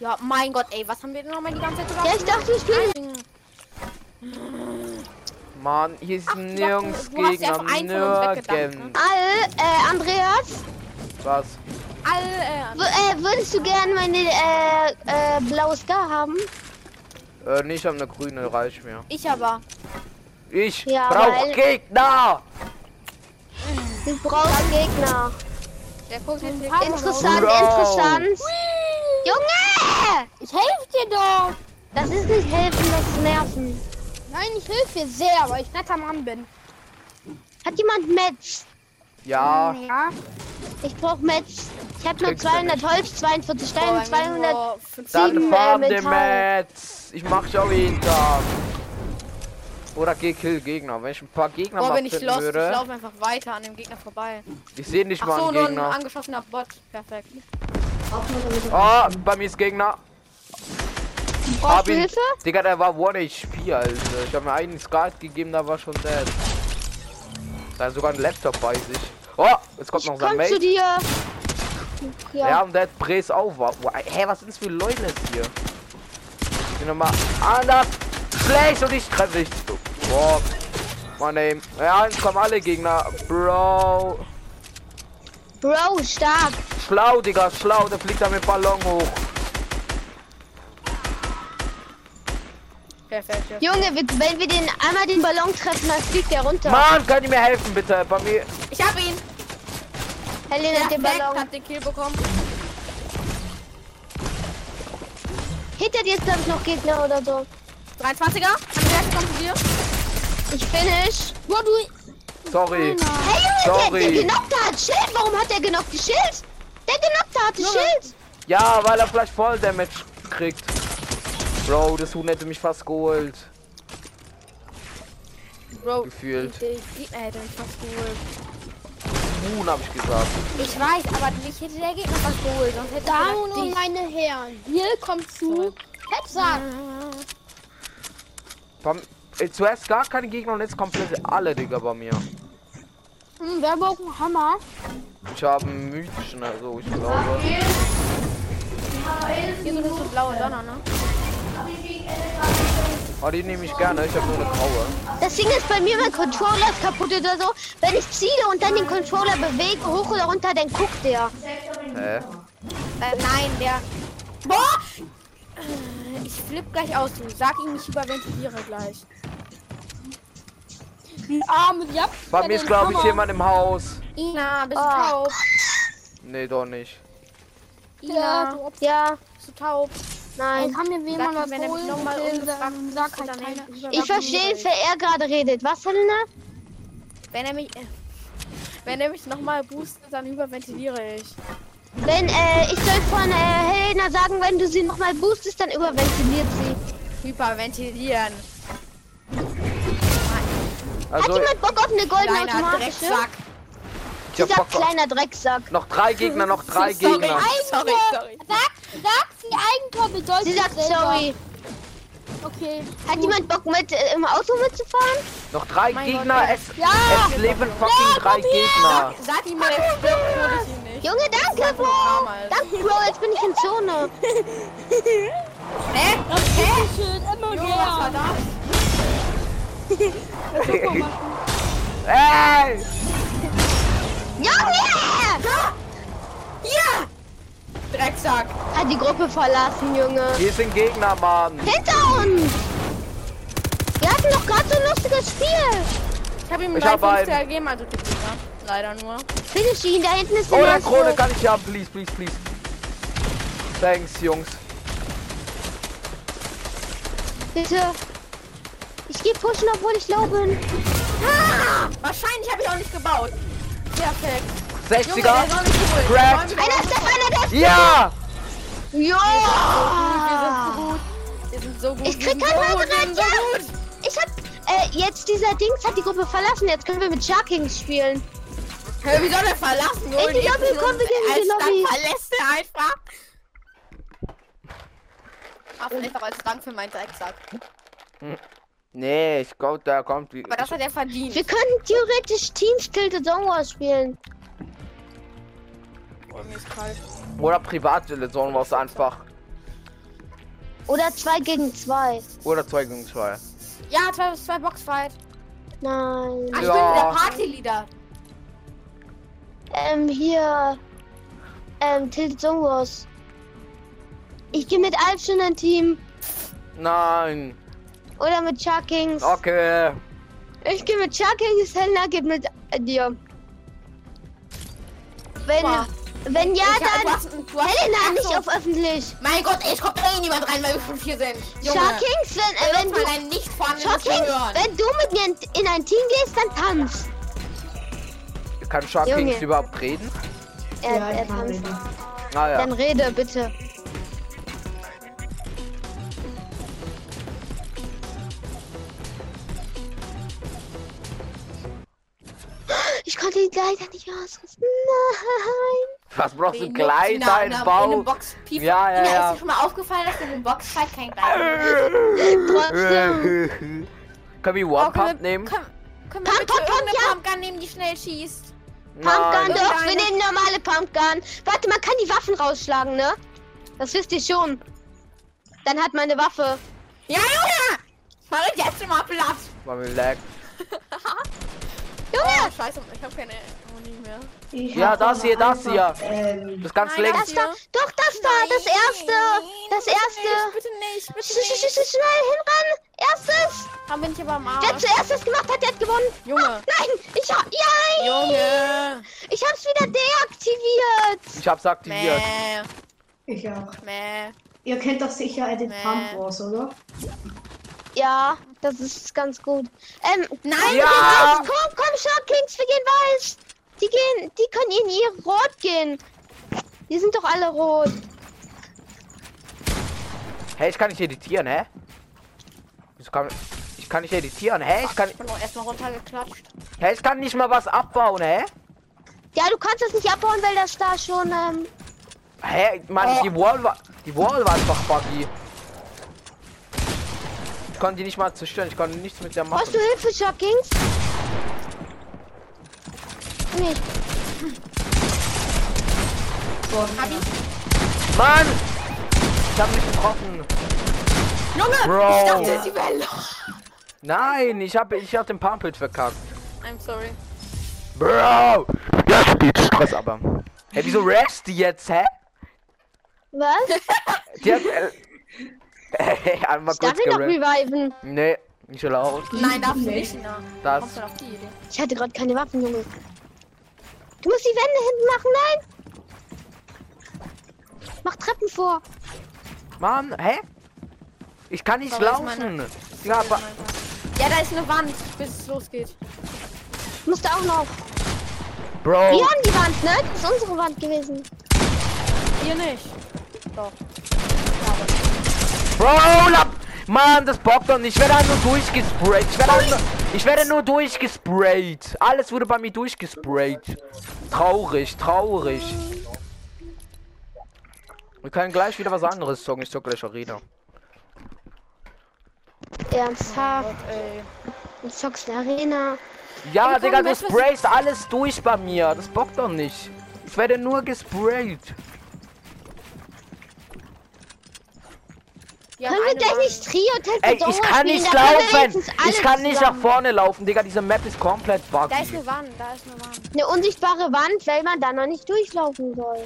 S6: Ja, mein Gott, ey, was haben wir denn nochmal die ganze Zeit gesagt?
S2: Ja, ich dachte, wir spielen.
S1: Mann, hier ist nirgends
S6: du hast ja
S1: Gegner.
S6: auf einen von uns weggedacht, ne?
S1: Nirgends.
S2: Al, äh, Andreas,
S1: Was?
S6: Alle,
S2: w- äh, würdest du gerne meine äh, äh, blaue Scar haben?
S1: Äh, nee, ich habe eine grüne, reicht mir.
S6: äh, ich aber.
S1: Ich
S2: Ja,
S1: brauch
S2: weil-
S1: Gegner!
S2: Du brauchst Gegner.
S3: Der guckt jetzt nicht.
S2: Interessant,
S1: Wow.
S2: interessant. Junge!
S4: Ich helfe dir doch.
S2: Das ist nicht helfen, das ist nerven.
S4: Nein, ich helfe dir sehr, weil ich netter Mann bin.
S2: Hat jemand Metz?
S1: Ja,
S4: Ja.
S2: Ich brauch Metz. Ich habe nur
S1: Kriegst du
S2: 200 Holz, 42 Steine, 200
S1: dann
S2: Sieben,
S1: farm
S2: äh,
S1: den
S2: Metall.
S3: halt.
S1: Metz. Ich mach schon hinter. Oder geh kill Gegner. Wenn ich ein paar Gegner
S3: Boah,
S1: mal
S3: bin ich
S1: finden
S3: lost. Ich
S1: würde.
S3: laufe einfach weiter an dem Gegner vorbei.
S1: Ich sehe nicht
S3: Ach
S1: mal
S3: so,
S1: einen
S3: nur ein
S1: Gegner.
S3: angeschossener Bot. Perfekt.
S1: Oh, bei mir ist Gegner.
S3: Oh,
S2: brauchst
S1: Hab
S2: du
S1: ihn-
S2: Hilfe?
S1: Digga, der war One HP, Alter. Ich habe mir einen Skat gegeben, da war schon dead. Da ist sogar ein Laptop bei sich. Oh, jetzt kommt
S2: Ich
S1: noch sein
S2: komm zu
S1: Mate.
S2: dir.
S1: Ja. und der Bres auch. Wa- wa- Hä, was sind das für Leute jetzt hier? Ich bin nochmal anders. Flash und ich treffe dich. Boah. Mann, ey. Ja, jetzt kommen alle Gegner. Bro.
S2: Bro, stark.
S1: Schlau, Digga, schlau. Der fliegt da mit Ballon hoch.
S3: Perfekt. Ja.
S2: Junge, wir- wenn wir den einmal den Ballon treffen, dann fliegt der runter.
S1: Mann, könnt ihr mir helfen, bitte? Bei mir.
S6: Ich hab ihn.
S2: Helena hat den
S6: Perfekt,
S2: Ballon.
S6: hab den Kill bekommen.
S2: Hinter dir ist, glaube ich, noch Gegner oder so.
S6: 23er. Andreas, komm zu dir.
S2: Ich finish.
S4: Boah, du.
S1: Sorry.
S2: Hey Junge,
S1: Sorry.
S2: der, der Genockte hat Schild. Warum hat der Genockte Schild? Der Genockte hatte Schild.
S1: Ja, weil er vielleicht voll Damage kriegt. Bro, das Huhn hätte mich fast geholt.
S6: Bro,
S1: Gefühlt.
S6: die- die Gegner hätte mich fast geholt.
S1: Huhn habe ich gesagt.
S6: Ich weiß, aber mich hätte der Gegner fast geholt. Sonst hätte
S4: Damen und
S6: ich
S4: oh meine Herren, hier kommt zu Headsack.
S1: Bam- äh, Zuerst gar keine Gegner und jetzt komplett alle Digga bei mir.
S4: Hm, wer braucht einen Hammer?
S1: Ich habe einen mythischen, also ich glaube.
S6: Hier sind so blaue Donner, ne?
S1: Oh, die nehme ich gerne. Ich habe nur eine graue.
S2: Das Ding ist bei mir, mein Controller ist kaputt oder so. Wenn ich ziele und dann den Controller bewege, hoch oder runter, dann guckt der.
S1: Hä?
S6: Äh, nein, der. Boah! Äh, Ich flipp gleich aus, du. Sag ihm, ich überventiliere gleich.
S4: Ah, mit ja.
S1: Bei mir ist glaube ich jemand im Haus.
S6: Ina, bist du
S2: Ah.
S6: taub?
S1: Nee, doch nicht.
S4: Ja,
S6: Ina,
S4: du
S2: Ja,
S6: bist du taub?
S2: nein.
S4: Ey, kann mir
S6: Sag
S4: jemand
S6: ihm,
S4: was
S6: wenn er mich
S4: holen?
S6: nochmal
S4: bitte?
S6: umgefragt
S4: Dann sag halt
S6: dann
S4: keiner.
S6: hätte ich
S2: Ich verstehe nicht, wer er gerade redet. Was, Helena?
S6: Wenn er mich. äh, Wenn er mich nochmal boostet, dann überventiliere ich.
S2: Wenn, äh, ich soll von äh, Helena sagen, wenn du sie nochmal boostest, dann überventiliert sie.
S6: Hyperventilieren.
S2: Hat
S1: Also,
S2: jemand Bock auf eine goldene
S6: Kleiner
S2: automatische?
S6: Drecksack.
S1: ich
S2: Ich
S1: habe
S2: sag
S1: Bock. auf-
S2: kleiner Drecksack.
S1: Noch drei Gegner, noch drei
S6: Sorry,
S1: Gegner.
S6: sorry, sorry.
S4: Sag, sie Eigentor bedeutet
S2: Sie sagt
S4: selber.
S2: sorry.
S4: Okay.
S2: Hat jemand Bock mit äh, im Auto mitzufahren?
S1: Noch drei
S6: Mein Gott,
S1: Gegner.
S6: ey.
S1: es,
S4: Ja!
S1: es leben fucking drei Gegner.
S6: Sag ihm,
S2: [LAUGHS]
S6: wenn er stirbt, hol ich ihn nicht.
S2: Junge, danke,
S6: ein
S2: Bro.
S6: Drama, Alter.
S2: Danke, Bro, jetzt bin ich in
S4: [LAUGHS]
S2: Zone.
S6: Hä?
S4: Schön, immer
S6: Junge, was war
S4: mehr.
S6: das?
S1: Ey!
S2: Junge!
S6: Drecksack.
S2: Hat die Gruppe verlassen, Junge.
S1: Hier sind Gegner, Mann.
S2: Hinter uns! Wir hatten doch gerade so ein lustiges Spiel.
S6: Ich hab ihm
S1: Ich
S6: drei
S1: hab einen.
S6: 5 gegeben, also gibt's ihn, ne? Leider nur.
S2: Finish ihn, da hinten ist
S1: Oh,
S2: der
S1: der
S2: Master.
S1: Krone kann ich haben. Please, please, please. Thanks, Jungs.
S2: Bitte. Ich geh pushen, obwohl ich low bin.
S6: Wahrscheinlich habe ich auch nicht gebaut. Perfekt. Junge, der
S1: 60er.
S6: soll mich holen.
S1: Cracked.
S6: Der soll mich
S2: Einer ist der, einer der ist
S1: Ja!
S2: Ja!
S6: holen. Wir sind so gut.
S2: Ich krieg
S6: wir sind
S2: kein
S6: so gut,
S2: weiteres
S6: wir sind so
S2: Jahr.
S6: gut.
S2: Ich hab. Äh, jetzt dieser Dings hat die Gruppe verlassen. Jetzt können wir mit Sharkings spielen.
S6: Hä, wie soll er verlassen? Wir
S2: In
S6: holen
S2: die
S6: ihn
S2: Lobby,
S6: zurück.
S2: komm, wir gehen in die
S6: Als
S2: Lobby.
S6: Dank verlässt er einfach. Ach, einfach als Dank für meinen Drecksack.
S1: Nee, ich glaube, da kommt die.
S6: Aber das hat er verdient.
S2: Wir können theoretisch Teams Kill the Zone War spielen.
S6: Oh, mir ist kalt.
S1: Oder Privatdilettanten war es einfach.
S2: Oder 2 gegen 2.
S1: Oder 2 gegen 2.
S6: Ja, zwei, zwei Boxfight. Ah,
S2: Nein.
S6: ich
S1: Ja.
S6: bin der Partyleader.
S2: Ähm, hier. Ähm, Tilted Zone Wars. Ich gehe mit Alf schon ein Team.
S1: Nein.
S2: Oder mit Sharkings.
S1: Okay.
S2: Ich gehe mit Sharkings, Helena geht mit äh, dir. Wenn.
S6: Wow.
S2: Wenn ja,
S6: Ich hab- du
S2: dann.
S6: hast- du hast-
S2: Helena,
S6: Ach so.
S2: nicht auf öffentlich.
S6: Mein Gott, ey, es kommt eh niemand rein, weil wir schon vier sind. Junge,
S2: Sharkings, wenn, äh, wenn
S6: wenn
S2: du
S6: mal ein nicht vorhandenes
S2: Shocking,
S6: Gehirn.
S2: wenn du mit mir in, in ein Team gehst, dann tanz.
S1: Kann Shark
S2: Junge.
S1: Kings überhaupt reden?
S2: Er, er tanzt.
S1: Naja.
S2: Dann rede bitte. Ich konnte ihn leider nicht ausrüsten. Nein.
S1: Was brauchst du
S6: Nee,
S1: gleich
S6: in einer-
S1: deinen
S6: in
S1: Bau?
S6: einem ne, Box Piep.
S1: Ja, ja,
S6: Ina,
S1: ja.
S6: Ist dir schon mal aufgefallen, dass in einem Boxfight kein Gleiter ist?
S1: [LAUGHS] Äh,
S2: Trotzdem.
S1: Können wir One Pump nehmen?
S6: Können, können wir
S2: Pump,
S6: bitte
S2: Pump, Pump,
S6: irgendeine
S2: ja.
S6: Pumpgun nehmen, die schnell schießt?
S2: Pumpgun,
S1: Nein.
S2: doch, wir
S6: Irgendeine-
S2: nehmen normale Pumpgun. Warte, man kann die Waffen rausschlagen, ne? Das wisst ihr schon. Dann hat man eine Waffe.
S6: Ja, Junge! Mach ich jetzt mal platt.
S1: War mir lag.
S6: Junge! Oh, scheiße, ich hab keine Muni mehr.
S1: Ja, das hier, das hier.
S7: ähm,
S1: Das ganz
S6: Nein,
S1: links.
S2: Das da, doch, das da, das erste. Das erste.
S6: Bitte nicht, bitte
S2: Sch- sch-
S6: nicht. Bitte nicht.
S2: sch- Schnell hinrennen! Erstes!
S6: Dann bin ich aber mal.
S2: Wer zuerst das gemacht hat, der hat gewonnen!
S6: Junge,
S2: Nein! Ich hab. Ja!
S6: Junge!
S2: Ich hab's wieder deaktiviert!
S1: Ich hab's aktiviert.
S6: Mäh,
S7: Ich auch.
S6: mäh.
S7: Ihr kennt doch sicher den
S6: Nee.
S7: Pump Wars, oder?
S2: Ja, das ist ganz gut. Ähm, nein,
S1: Ja!
S2: wir gehen weiß. Komm, komm, Shortkings, wir gehen weiß. Die gehen, die können in ihr Rot gehen. Die sind doch alle rot.
S1: Hey, ich kann nicht editieren, hä? Ich kann, ich kann nicht editieren, hä? Ich kann,
S6: Ich bin auch erstmal runtergeklatscht.
S1: hä? Ich kann nicht mal was abbauen, hä?
S2: Ja, du kannst das nicht abbauen, weil das da schon, ähm,
S1: Hä? Mann,
S6: Oh.
S1: die Wall war, die Wall war einfach buggy. Ich konnte die nicht mal zerstören, ich konnte nichts mit der machen.
S2: brauchst du Hilfe, Shortkings? Nicht.
S1: Mann! Ich hab mich getroffen.
S6: Junge,
S1: Bro.
S6: ich dachte, sie wäre lost.
S1: Nein, ich hab, ich hab den Pumpet verkackt.
S6: I'm sorry.
S1: Bro! Das spielt Stress aber. Hä, wieso raps die jetzt, hä? [LAUGHS]
S2: Was?
S1: Die hat, äh, Hey, [LAUGHS] einmal
S2: Ich darf
S1: kurz
S2: ihn noch
S1: gerappt.
S2: reviven.
S1: Nee, nicht erlaubt.
S6: Nein, darfst du nicht. Na,
S1: Das.
S6: kommst du auf die Idee?
S2: Ich hatte gerade keine Waffen, Junge. Du musst die Wände hinten machen, nein! Mach Treppen vor.
S1: Mann, hä? Ich kann nicht
S6: Aber ich
S1: laufen.
S6: meine-
S1: Ja, aber
S6: Ja, da ist eine Wand, bis es losgeht.
S2: Musst du auch noch. Wir
S1: Bro,
S2: haben die Wand, ne? Das ist unsere Wand gewesen.
S6: Hier nicht.
S1: Bro, lab. Mann, das bockt doch nicht. Ich werde halt nur durchgesprayt. Ich werde, halt nur, ich werde nur durchgesprayt. Alles wurde bei mir durchgesprayt. Traurig, traurig. Wir können gleich wieder was anderes zocken. Ich zocke gleich Arena.
S2: Ernsthaft.
S6: Oh, Ey.
S2: Du zockst eine Arena.
S1: Ja, Digga,
S6: wir gucken
S1: du
S6: gleich, was-
S1: sprayst alles durch bei mir. Das bockt doch nicht. Ich werde nur gesprayt.
S6: Ja,
S2: Können wir
S6: eine
S2: gleich
S6: Wand.
S2: nicht Trio Tag
S1: Ey, ich kann nicht laufen. Ich kann nicht nach vorne laufen, Digga. Diese Map ist komplett buggy.
S6: Da ist eine Wand, da ist eine Wand.
S2: Eine unsichtbare Wand, weil man da noch nicht durchlaufen soll.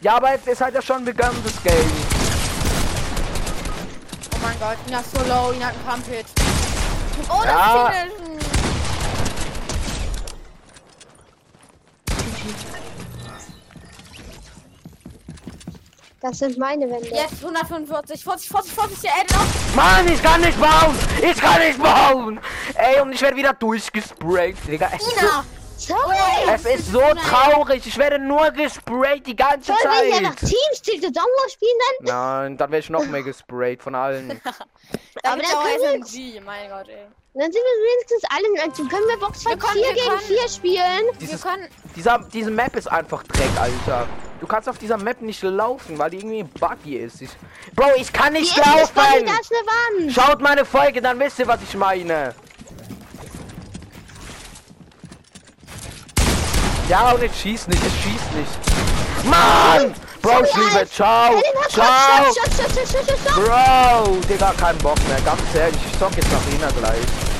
S1: Ja, aber jetzt ist halt ja schon begonnen, das Game.
S6: Oh mein Gott, ihn hat so low, ihn hat einen Pump-Hit. Oh, das
S1: Ja.
S6: ist Finishen.
S2: Das sind meine Wände.
S6: Jetzt 145, 40, 40, 40, der Ende noch.
S1: Mann, ich kann nicht bauen. Ich kann nicht bauen. Ey, und ich werde wieder durchgesprayt, Digga. Es ist so,
S6: Ina! Oh,
S2: Sorry.
S1: es ist so traurig. Ich werde nur gesprayt die ganze
S2: Sollen wir hier nach
S1: Zeit.
S2: Teams Tilt Dongo spielen dann?
S1: Nein, dann werde ich noch mehr gesprayt von allen.
S6: Da
S2: Aber
S6: gibt's
S2: dann
S6: auch
S2: können
S6: SMG, mein Gott, ey.
S2: Dann sind wir wenigstens alle in einem Team. Können wir
S6: Wir
S2: Boxfight
S6: können-
S2: 4
S6: wir
S2: gegen
S6: können-
S2: 4 spielen?
S6: Wir
S1: Dieses,
S6: können,
S1: dieser, diese Map ist einfach Dreck, Alter. Du kannst auf dieser Map nicht laufen, weil die irgendwie buggy ist. Ich, Bro, ich kann nicht
S2: Die ist nicht Bobby,
S1: laufen.
S2: da ist eine Wand.
S1: Schaut meine Folge, dann wisst ihr, was ich meine. Ja, und ich schieß nicht, ich schieß nicht. Mann! Bro, ich liebe, ciao!
S2: Hey, den hat
S1: Ciao!
S2: Gott, stopp, stopp, stopp, stopp, stopp, stopp.
S1: Bro, Digga, kein Bock mehr, ganz ehrlich, ich zock jetzt Arena gleich.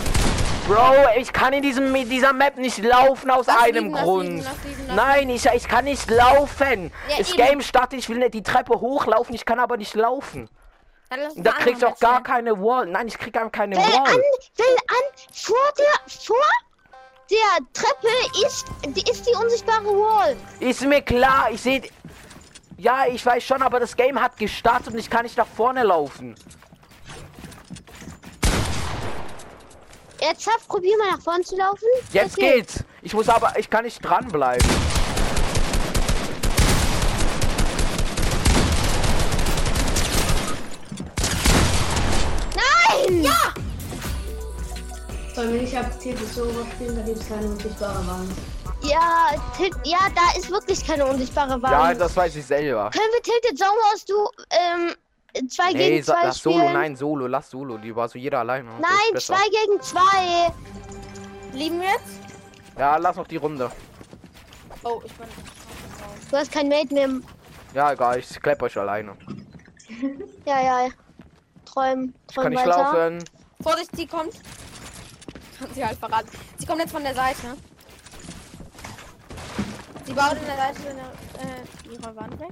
S1: Bro, ich kann in diesem, mit dieser Map nicht laufen aus
S6: Lass
S1: einem
S6: liegen, lass
S1: Grund.
S6: liegen, lass liegen, lass
S1: Nein, ich, ich kann nicht laufen.
S6: Ja,
S1: das
S6: eben.
S1: Game startet, ich will nicht die Treppe hochlaufen, ich kann aber nicht laufen.
S6: dann lass uns
S1: Da
S6: eine
S1: kriegst du
S6: andere
S1: auch gar
S6: Map
S1: keine Wall. Nein, ich krieg gar keine
S2: Will
S1: Wall.
S2: Äh, an, will an, vor der, vor der Treppe ist, die ist die unsichtbare Wall.
S1: Ist mir klar, ich sehe. Ja, ich weiß schon, aber das Game hat gestartet und ich kann nicht nach vorne laufen.
S2: Ernsthaft, probier mal nach vorne zu laufen.
S1: Jetzt
S2: Okay.
S1: geht's. Ich muss aber, ich kann nicht dranbleiben.
S2: Nein! Ja!
S7: Sollen wir nicht ab Titel so spielen, da gibt es keine unsichtbare Wand.
S2: Ja, Tilt, ja, da ist wirklich keine unsichtbare Wand.
S1: Ja, das weiß ich selber.
S2: Können wir Tilted Zone aus du, ähm, 2
S1: Nee,
S2: gegen
S1: sa-
S2: 2
S1: lass Solo,
S2: spielen?
S1: nein, Solo, lass Solo. Die war so jeder alleine. ne? Das ist
S2: Nein,
S1: besser.
S2: 2 gegen 2.
S6: spielen. Lieben wir jetzt?
S1: Ja, lass noch die Runde.
S6: Oh, ich bin...
S2: Du hast kein Mate mehr.
S1: Ja, egal, ich klepp euch alleine.
S2: Ja, ja. Träum,
S1: Ich kann
S2: träum
S1: nicht
S2: weiter.
S1: laufen.
S6: Vorsicht, sie kommt. Kann sie halt verraten. Sie kommt jetzt von der Seite. Sie baut in der Seite eine, äh, ihre Wand weg.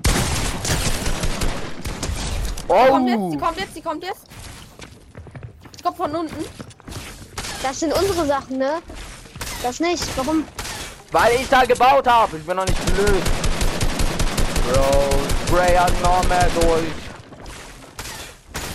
S6: Sie kommt jetzt, sie
S1: Oh!
S6: kommt jetzt, sie kommt jetzt. Sie kommt von unten.
S2: Das sind unsere Sachen, ne? Das nicht. Warum?
S1: Weil ich da gebaut habe. Ich bin noch nicht blöd. Bro, Spray an Normal durch.